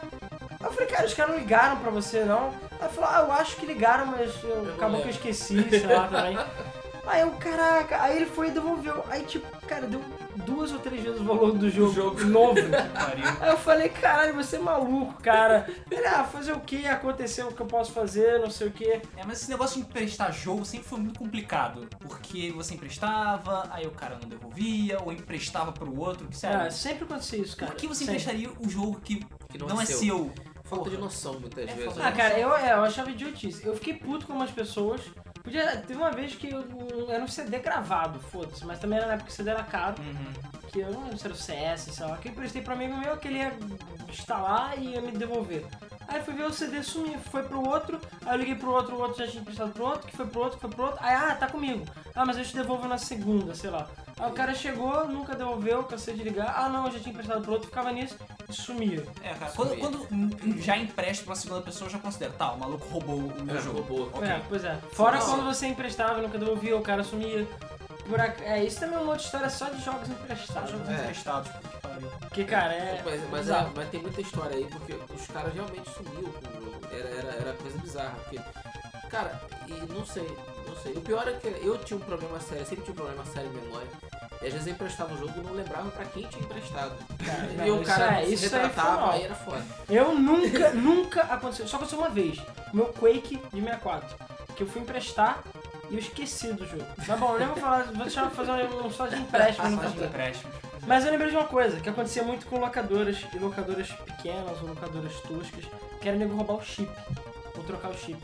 eu falei, cara, os caras não ligaram pra você, não? Aí falou, ah, eu acho que ligaram, mas eu- não acabou lembro. que eu esqueci, sei lá, também. Aí eu, caraca, aí ele foi e devolveu. Aí, tipo, cara, deu duas ou três vezes o valor do jogo, jogo. novo. Pariu. Aí eu falei, caralho, você é maluco, cara. Ele, ah, fazer o que? Aconteceu o que eu posso fazer, não sei o que. É, mas esse negócio de emprestar jogo sempre foi muito complicado. Porque você emprestava, aí o cara não devolvia, ou emprestava pro outro, que sério. Ah, sempre acontecia isso, cara. Por que você Sempre. emprestaria o jogo que, Que não, não é é seu? Falta de Porra. noção muitas É, vezes. falta Ah, né? cara, eu, é, eu achava idiotice. Eu fiquei puto com umas pessoas. Podia, teve uma vez que eu, era um CD gravado, foda-se, mas também era na época que o CD era caro. Uhum. que eu não lembro se era o CS, sei lá, que eu emprestei pra amigo meu que ele ia instalar e ia me devolver. Aí fui ver o CD sumir, foi pro outro, aí eu liguei pro outro, o outro já tinha emprestado pro outro, que foi pro outro, que foi pro outro, aí, ah, tá comigo. Ah, mas eu te devolvo na segunda, sei lá. Aí o cara chegou, nunca devolveu, cansei de ligar, ah não, eu já tinha emprestado pro outro, ficava nisso, e sumia. É, cara, Isso quando, aí. quando hum, já empresto pra segunda pessoa, eu já considero, tá, o maluco roubou o meu É, jogo. roubou. Ok. É, pois é. Fora Nossa. quando você emprestava, e nunca devolvia, o cara sumia. Por ac- É, isso também é uma outra história só de jogos emprestados. Jogos É. emprestados, puta que pariu. Porque, cara, é. Mas, mas, bizarro. é- mas tem muita história aí, porque os caras realmente sumiu com o jogo. Era, era, era coisa bizarra, porque. Cara, e não sei, não sei. O pior é que eu tinha um problema sério, sempre tinha um problema sério de memória. E às vezes eu emprestava o jogo e não lembrava pra quem tinha emprestado. Cara, e o isso cara é- se isso aí foi retratava, mal. aí era foda. Eu nunca, nunca aconteceu. Só aconteceu uma vez. Meu Quake de 64. Que eu fui emprestar e eu esqueci do jogo. Mas bom, eu nem vou falar, vou deixar fazer um, um só de empréstimo no Só de futuro. empréstimos. Mas eu lembrei de uma coisa que acontecia muito com locadoras e locadoras pequenas ou locadoras toscas, que era nego roubar o chip. Ou trocar o chip.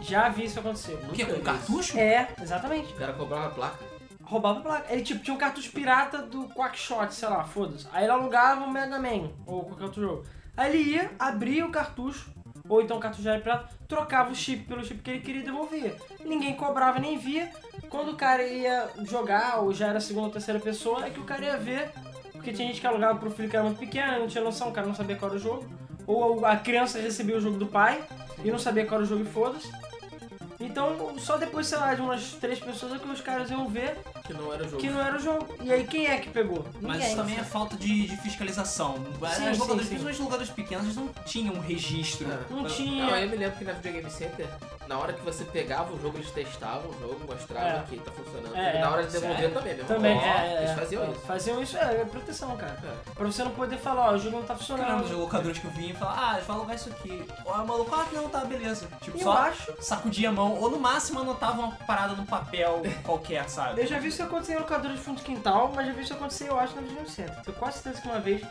Já vi isso acontecer. O quê? Nunca Com vi cartucho? É, exatamente. O cara cobrava a placa. Roubava a placa. Ele tipo, tinha um cartucho pirata do Quackshot, sei lá, foda-se. Aí ele alugava um Mega Man ou qualquer outro jogo. Aí ele ia, abria o cartucho, ou então o cartucho já era pirata, trocava o chip pelo chip que ele queria e devolvia. Ninguém cobrava nem via. Quando o cara ia jogar, ou já era segunda ou terceira pessoa, é que o cara ia ver. Porque tinha gente que alugava pro filho que era muito pequeno, não tinha noção, o cara não sabia qual era o jogo. Ou a criança recebia o jogo do pai e não sabia qual era o jogo e foda-se. Então, só depois, sei lá, de umas três pessoas é que os caras iam ver Que não era o jogo. que não era o jogo. E aí quem é que pegou? Mas isso também é falta de, de fiscalização. Sim, As locadoras, sim, sim. principalmente locadoras pequenas, eles não tinham um registro. É. Não tinha. Não, eu me lembro que na Videogame Center, na hora que você pegava o jogo, eles testavam o jogo, mostravam É. que tá funcionando. É, e é. na hora de devolver Sério? também, mesmo. Também, Ó, é, é, Eles é. faziam isso. Faziam isso, é, é proteção, cara. É. Pra você não poder falar, ó, o jogo não tá Caramba, funcionando. os locadores que eu vim e falaram, ah, vai alugar isso aqui. Ou é o maluco, ah, não, tá, beleza. Tipo, Eu só acho. sacudia a mão, ou no máximo anotava uma parada num papel qualquer, sabe? Eu já vi isso acontecer em locadora de fundo de quintal, mas já vi isso acontecer, eu acho, na Video Game Center. Tenho quase certeza que uma vez,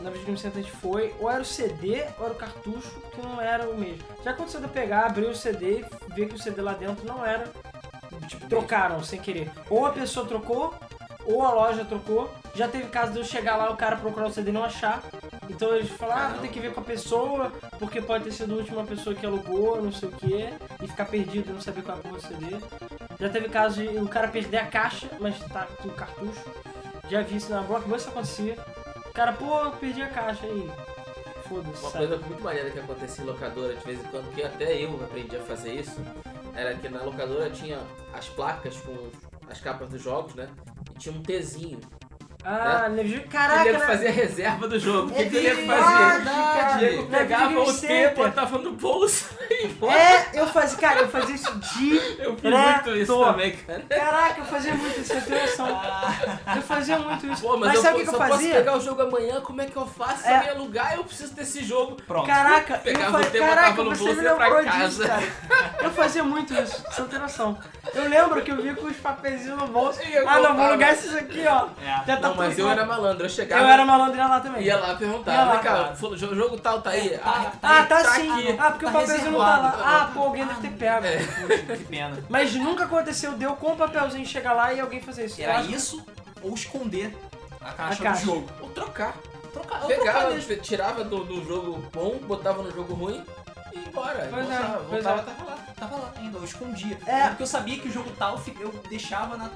na Video Game Center a gente foi, ou era o CD, ou era o cartucho, que não era o mesmo. Já aconteceu de eu pegar, abrir o CD e ver que o CD lá dentro não era. Tipo, trocaram sem querer. Ou a pessoa trocou, ou a loja trocou. Já teve caso de eu chegar lá, o cara procurar o CD e não achar. Então eles falaram, ah, vou ter que ver com a pessoa, porque pode ter sido a última pessoa que alugou, não sei o quê, e ficar perdido e não saber qual é a porra do CD. Já teve caso de o cara perder a caixa, mas tá com o cartucho. Já vi isso na Blockbuster, isso acontecia. O cara, pô, eu perdi a caixa aí. Foda-se. Uma sabe? coisa muito maneira que acontecia em locadora de vez em quando, que até eu aprendi a fazer isso, era que na locadora tinha as placas com os- as capas dos jogos, né? E tinha um Tzinho. Ah, né? Caraca, que caraca, ele né? fazia a reserva do jogo. O que, É que é ele ia fazer? verdade, Diego cara. pegava Na Video o Center. T, botava no bolso e ia embora. É, eu fazia, cara, eu fazia isso de. Eu fiz né? muito isso Tô. também, cara. Caraca, eu fazia muito isso, eu tenho noção. Ah, Eu fazia muito isso. Pô, mas, eu, sabe o que se que eu posso fazia? pegar o jogo amanhã, como é que eu faço? Se É. eu ia alugar, eu preciso desse jogo. Pronto. Caraca, eu Pegava falei, o tema, caraca, tava no você bolso me e ia pra lembrou disso, casa. cara. Eu fazia muito isso, você não tem noção. Eu lembro que eu via com os papeizinhos no bolso. Eu ia Ah, não, vou voltar, alugar né? esses aqui, ó. É. Já tá Não, mas tudo eu pronto. era malandro. Eu chegava, Eu era malandro lá também. ia lá Ia perguntar. lá, Vem cá, cara. fulano, jo- jogo tal tá aí? Tá, tá. Ah, tá, Tá É. sim. aqui. Ah, porque o Tá papelzinho não tá reservado. lá. Ah, pô, alguém deve ter pego. Puxa, É, que pena. Mas nunca aconteceu de eu com o papelzinho chegar lá e alguém fazer isso. Eu Era acho- isso ou esconder a caixa, A caixa. do jogo. Ou trocar. Trocar, Troca... Eu Pegava, trocava- tirava do, do jogo bom, botava no jogo ruim e ia embora. Pois é, Voltava, pois voltava, é. tava lá. Tava lá ainda, eu escondia. É. Porque eu sabia que o jogo tal fi- eu deixava na,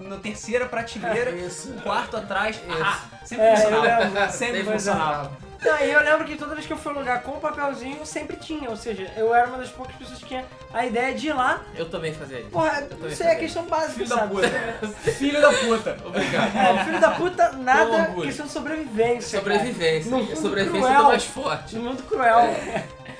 na terceira prateleira, Isso. um quarto atrás. Ah, sempre É, eu funcionava. lembro. Sempre Sempre funcionava. Não, e eu lembro que toda vez que eu fui ao lugar com o papelzinho, eu sempre tinha. Ou seja, eu era uma das poucas pessoas que tinha a ideia de ir lá. Eu também fazia isso. Porra, Eu também isso é a fazia. questão básica, Filho da sabe? puta. Filho da puta. Obrigado. É, filho da puta, Com nada, orgulho. questão de sobrevivência. Sobrevivência. Num mundo sobrevivência É, cruel. do mais forte. Cara. No mundo cruel.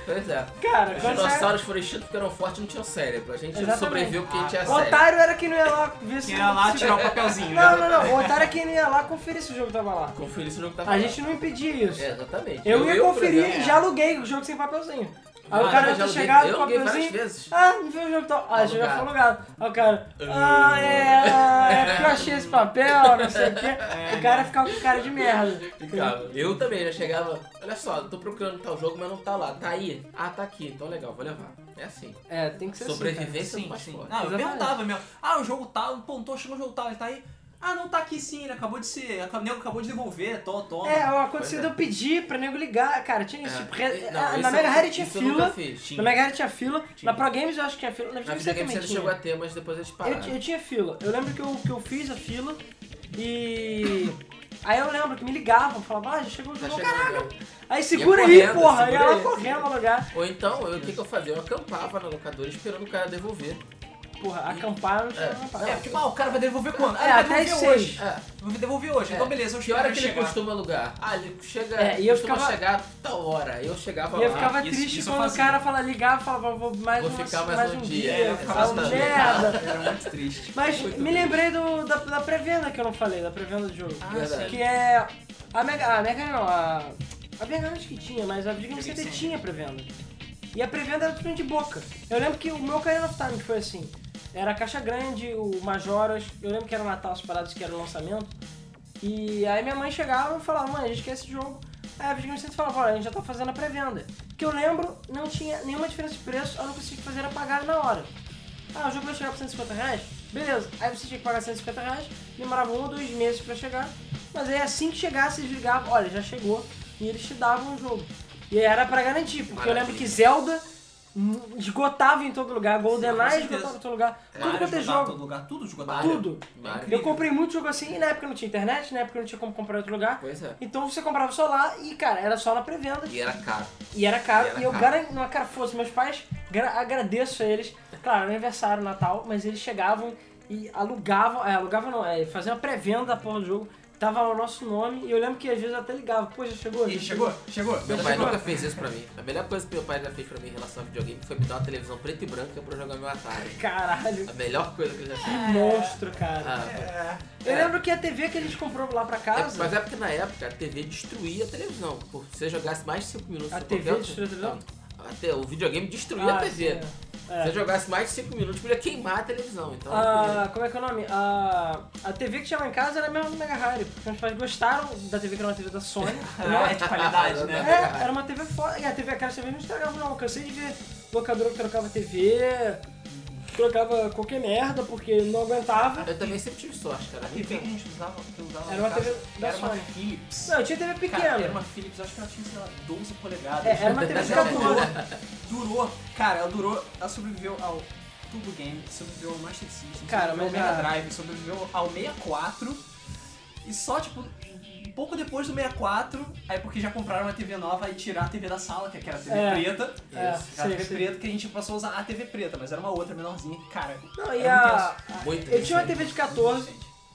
Pois é. Cara, Os quando você era- dinossauros foram extintos porque eram fortes e não tinham cérebro. A gente Exatamente. sobreviveu porque a gente tinha O cérebro. otário era quem não ia lá ver se. Que era lá tirar o papelzinho, né? Não, não, não. O otário é quem não ia lá conferir se o jogo tava lá. Conferir se o jogo tá A gente não impedia isso. É, exatamente. Eu ia conferir por e exemplo, já aluguei o jogo sem papelzinho. Aí Ah, o cara eu já já aluguei- chegava eu com o aluguei várias papelzinho. vezes. Ah, não viu o jogo tal. Ah, já já foi alugado. Aí o cara. Ah, é, ah, é porque eu achei esse papel, É, não sei o quê. O cara ficava com cara de merda. ficava. Eu também já chegava. Olha só, tô procurando tal jogo, mas não tá lá. Tá aí? Ah, tá aqui. Então legal, vou levar. É assim. É, tem que ser assim. Sobrevivência do Sim, é mais sim. forte. Não, eu Exatamente. perguntava mesmo. Ah, o jogo tal, pontou, chegou o jogo tal, ele tá aí. Ah, não tá aqui sim, ele acabou de ser. O nego acabou de devolver, to, toma. É, aconteceu de Pois é. eu pedir pra nego ligar. Cara, tinha isso. É. Tipo, re- Não, ah, isso na eu Mega nunca- Rare tinha isso eu nunca fila. fiz. Na Mega Rare tinha fila. Tinha. Na Pro Games eu acho que tinha fila. Na Na Pro Games videogame também você não chegou a tinha. ter, mas depois eles Eu, pararam. ti- eu tinha fila. Eu lembro que eu, que eu fiz a fila e. Aí eu lembro que me ligavam, falavam, ah, já chegou o Tá jogo. chegando Caraca! agora. Aí segura Ia aí, é correndo, porra! segura e ela aí. correndo no lugar. Ou então, eu- o que, que eu fazia? Eu acampava na locadora esperando o cara devolver. Porra, acampar não chega É. na parada. É, tipo, ah, o cara vai devolver quando? Ah, É, ele vai até as devolver hoje. seis. É. Vou devolver hoje. É. Então beleza, Que eu espero hora que chegar. ele costuma alugar? Ah, ele chega. É, e eu costuma ficava- chegar tal hora. Eu chegava E eu lá. ficava isso- triste isso eu quando o fazia. cara fala, ligava, falava, vou mais, Vou um- ficar mais um dia. É, eu ficava Essa Fala, assim, merda. Era muito triste. Mas Muito me triste. lembrei do, da, da pré-venda que eu não falei, da pré-venda do jogo. Ah, Verdade. Ah, Que é. A Mega. A Mega não, a. A Mega não acho que tinha, mas a Videogame Videogame CD Center. tinha pré-venda. E a pré-venda era tudo de boca. Eu lembro que o meu Carina of Time foi assim. Era a Caixa Grande, o Majoras, eu lembro que era o Natal, as paradas que era o lançamento. E aí minha mãe chegava e falava, mãe, a gente quer esse jogo. Aí a Videogame Center falava, olha, a gente já tá fazendo a pré-venda. Que eu lembro, não tinha nenhuma diferença de preço, a única coisa que tinha que fazer era pagar na hora. Ah, o jogo vai chegar por 150 reais? Beleza. Aí você tinha que pagar 150 reais, demorava um ou dois meses pra chegar. Mas aí assim que chegasse, eles ligavam, olha, já chegou, e eles te davam o jogo. E era pra garantir, porque eu lembro Maravilha. que Zelda hum, esgotava em todo lugar, GoldenEye certeza. esgotava em todo lugar, tudo Mario quanto é esgotava em jogo, Todo lugar, tudo é esgotado. Mario. tudo. Mario. Eu comprei muito jogo assim, e na época não tinha internet, na época não tinha como comprar em outro lugar. Pois é. Então você comprava só lá e, cara, era só na pré-venda. E era caro. E era caro, E e, era eu caro. garanto, não, cara, fosse meus pais, gra- agradeço a eles. Claro, aniversário, Natal, mas eles chegavam e alugavam, é, alugavam não, é, faziam a pré-venda da porra do jogo, tava lá o nosso nome, e eu lembro que às vezes eu até ligava, pô, já chegou? E chegou? Chegou? Meu Já é pai chegou? nunca fez isso pra mim. A melhor coisa que meu pai já fez pra mim em relação a videogame foi me dar uma televisão preta e branca pra eu jogar meu Atari. Caralho, A melhor coisa que ele já que fez. monstro, cara. É. Ah, É. Eu é. lembro que a TV que a gente comprou lá pra É, casa, Ah, mas é porque na época a TV destruía a televisão. Por- Se você jogasse mais de 5 minutos A em TV qualquer- destruía a televisão? Não. Até o videogame destruía Ah, a TV. sim, Se é. você jogasse mais de 5 minutos, podia queimar a televisão. Então, Ah, como é que é o nome? Ah, a TV que tinha lá em casa era mesmo Mega Rare, porque meus pais gostaram da TV que era uma TV da Sony. Não é de qualidade, né? É, era uma TV foda. E a TV, aquela TV não estragava, não. Eu cansei de ver locadora que trocava TV, trocava qualquer merda, porque não aguentava. eu também sempre tive sorte, cara. A TV que a gente usava, que eu usava Era lá uma em casa, TV da era uma Sony. Philips. Não, eu tinha TV pequena. Cara, era uma Philips, acho que ela tinha, sei lá, 12 polegadas. É, era uma TV Mas ela durou, pequena. durou. Cara, ela durou, ela sobreviveu ao Turbo Game, sobreviveu ao Master System, Cara, sobreviveu mas ao Mega a- Drive, sobreviveu ao 64. E só, tipo, um pouco depois do 64, aí porque já compraram uma TV nova e tiraram a TV da sala, que era a TV É. preta. É, Isso, Era a sei, TV sei. preta que a gente passou a usar a TV preta, mas era uma outra menorzinha que, cara, Não, e era muito a. tenso. Muito Eu tinha uma interessante. TV de 14,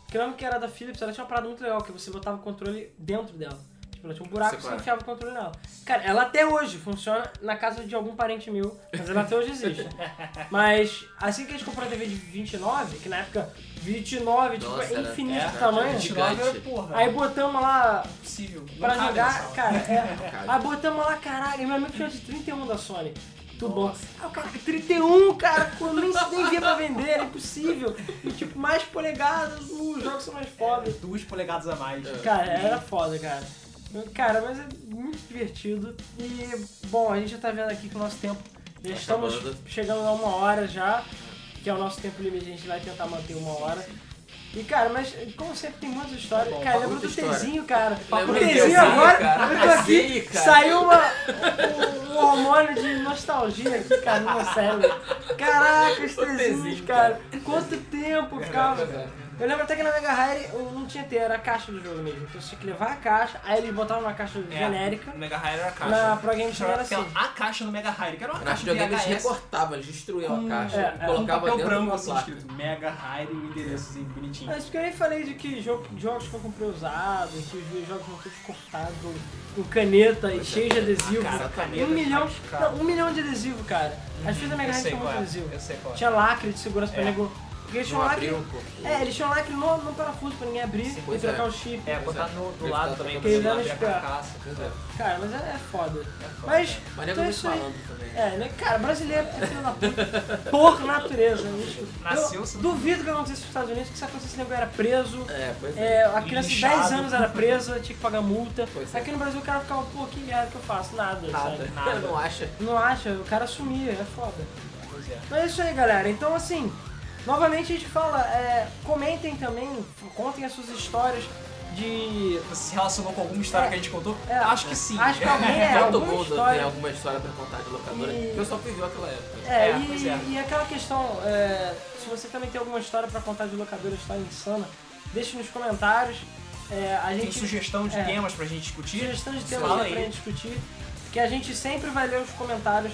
que eu lembro que era da Philips, ela tinha uma parada muito legal, que você botava o controle dentro dela. Tipo, ela tinha um buraco que você Separa. enfiava o controle nela. Cara, ela até hoje funciona na casa de algum parente meu, mas ela até hoje existe. Mas assim que a gente comprou a TV de 29, que na época 29, tipo, Nossa, era- infinito era- de tamanho. era Gigante. Gigante. Era, porra, Aí botamos lá impossível. não pra cabe na jogar, sala. cara, Não é. cabe. Aí botamos lá, caralho, meu amigo tinha de 31 da Sony. Tudo bom. Nossa. Ah, o cara, 31, cara, quando nem, nem via pra vender, era impossível. E tipo, mais polegadas, os jogos são mais fodas. Duas polegadas a mais. É. Cara, era foda, cara. Cara, mas é muito divertido. E, bom, a gente já tá vendo aqui que o nosso tempo. Já Tá estamos acabando. chegando a uma hora já, que é o nosso tempo limite, a gente vai tentar manter uma hora. E cara, mas como sempre tem muitas histórias. Tá bom, cara, muita lembra do história. Tezinho, cara. Lembra o do Tezinho Tezinho, agora, cara. eu tô aqui, Tezinho, cara. saiu uma, um, um hormônio de nostalgia aqui, cara, no meu cérebro. Caraca, os O Tezinho, Tezinhos, cara. cara. Quanto tempo ficava, verdade. cara. Eu lembro até que na Mega Hire eu não tinha teia, era a caixa do jogo mesmo. Então você tinha que levar a caixa, aí eles botavam uma caixa É, genérica. No Mega Hire era a caixa. Na Pro Games Chamava era assim. A caixa no Mega Hire, que era uma Na caixa de videogame eles VHS. recortavam, eles destruíam a caixa, é, é, com um colocavam papel dentro branco uma assim placa. escrito Mega Hire e o endereço assim, bonitinho. Mas porque eu nem falei de que jogo, jogos que eu comprei usado, que os jogos vão todos cortados com caneta e cheio de adesivo. é. cara, caneta um milhão, mais caro. não, um milhão de adesivo, cara. Às vezes a Mega tá eu Hard sei tinha muito qual é. adesivo. Eu sei qual é. Tinha lacre de segurança pra É. nego. Porque eles tinham Não lacre. abriu um pouco. É, eles tinham lacre no, no parafuso pra ninguém abrir Sim, e pois trocar é. o chip. É, botar no, do Ele lado tá também, tocando pra você lá abrir a pra cá. carcaça. Pois é. Cara, mas é, é foda. foda, mas. cara. Mas nego então é muito isso aí. falando também. É, né? Cara, brasileiro é filho da puta. Por natureza. Nasceu- Eu duvido que acontecesse nos Estados Unidos, que se acontecesse, nego era preso. É, pois é. É, a criança de 10 Lixado. anos era presa, tinha que pagar multa. Pois é. Aqui no Brasil o cara ficava, pô, que merda que eu faço? Nada, Nada. sabe? Nada. Não acha? Não acha, o cara sumia, é foda. Pois é. Mas é isso aí, galera. Então, assim, novamente a gente fala, é, comentem também, contem as suas histórias de... Você se relacionou com alguma história que a gente contou? é, acho que sim. né? Acho que alguém é, Todo alguma mundo tem história... alguma história pra contar de locadora. E- que Eu só vivi aquela época. É, É, pois e, é. e aquela questão, é, se você também tem alguma história pra contar de locadora, história insana, deixe nos comentários. É, a Tem gente... sugestão de é. temas pra gente discutir? sugestões de Fala temas aí aí. pra gente discutir, que a gente sempre vai ler os comentários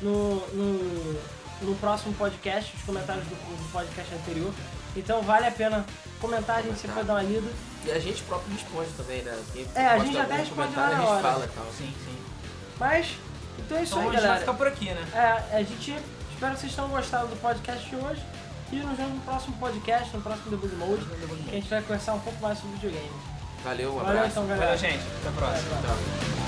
no, no, no próximo podcast, os comentários do, do podcast anterior. Então vale a pena comentar, a gente sempre vai dar uma lida. E a gente próprio responde também, né? Quem É, a posta gente até algum responde comentário, lá na a gente hora. fala e tal. Sim, sim. Mas, então é isso Então a aí, gente vai galera. ficar por aqui, né? É, a gente espero que vocês tenham gostado do podcast de hoje. E nos vemos no próximo podcast, no próximo Debug Mode, que a gente vai conversar um pouco mais sobre videogame. Valeu, um Valeu abraço. então, galera. Valeu, gente. Até a próxima. Tchau. Tchau.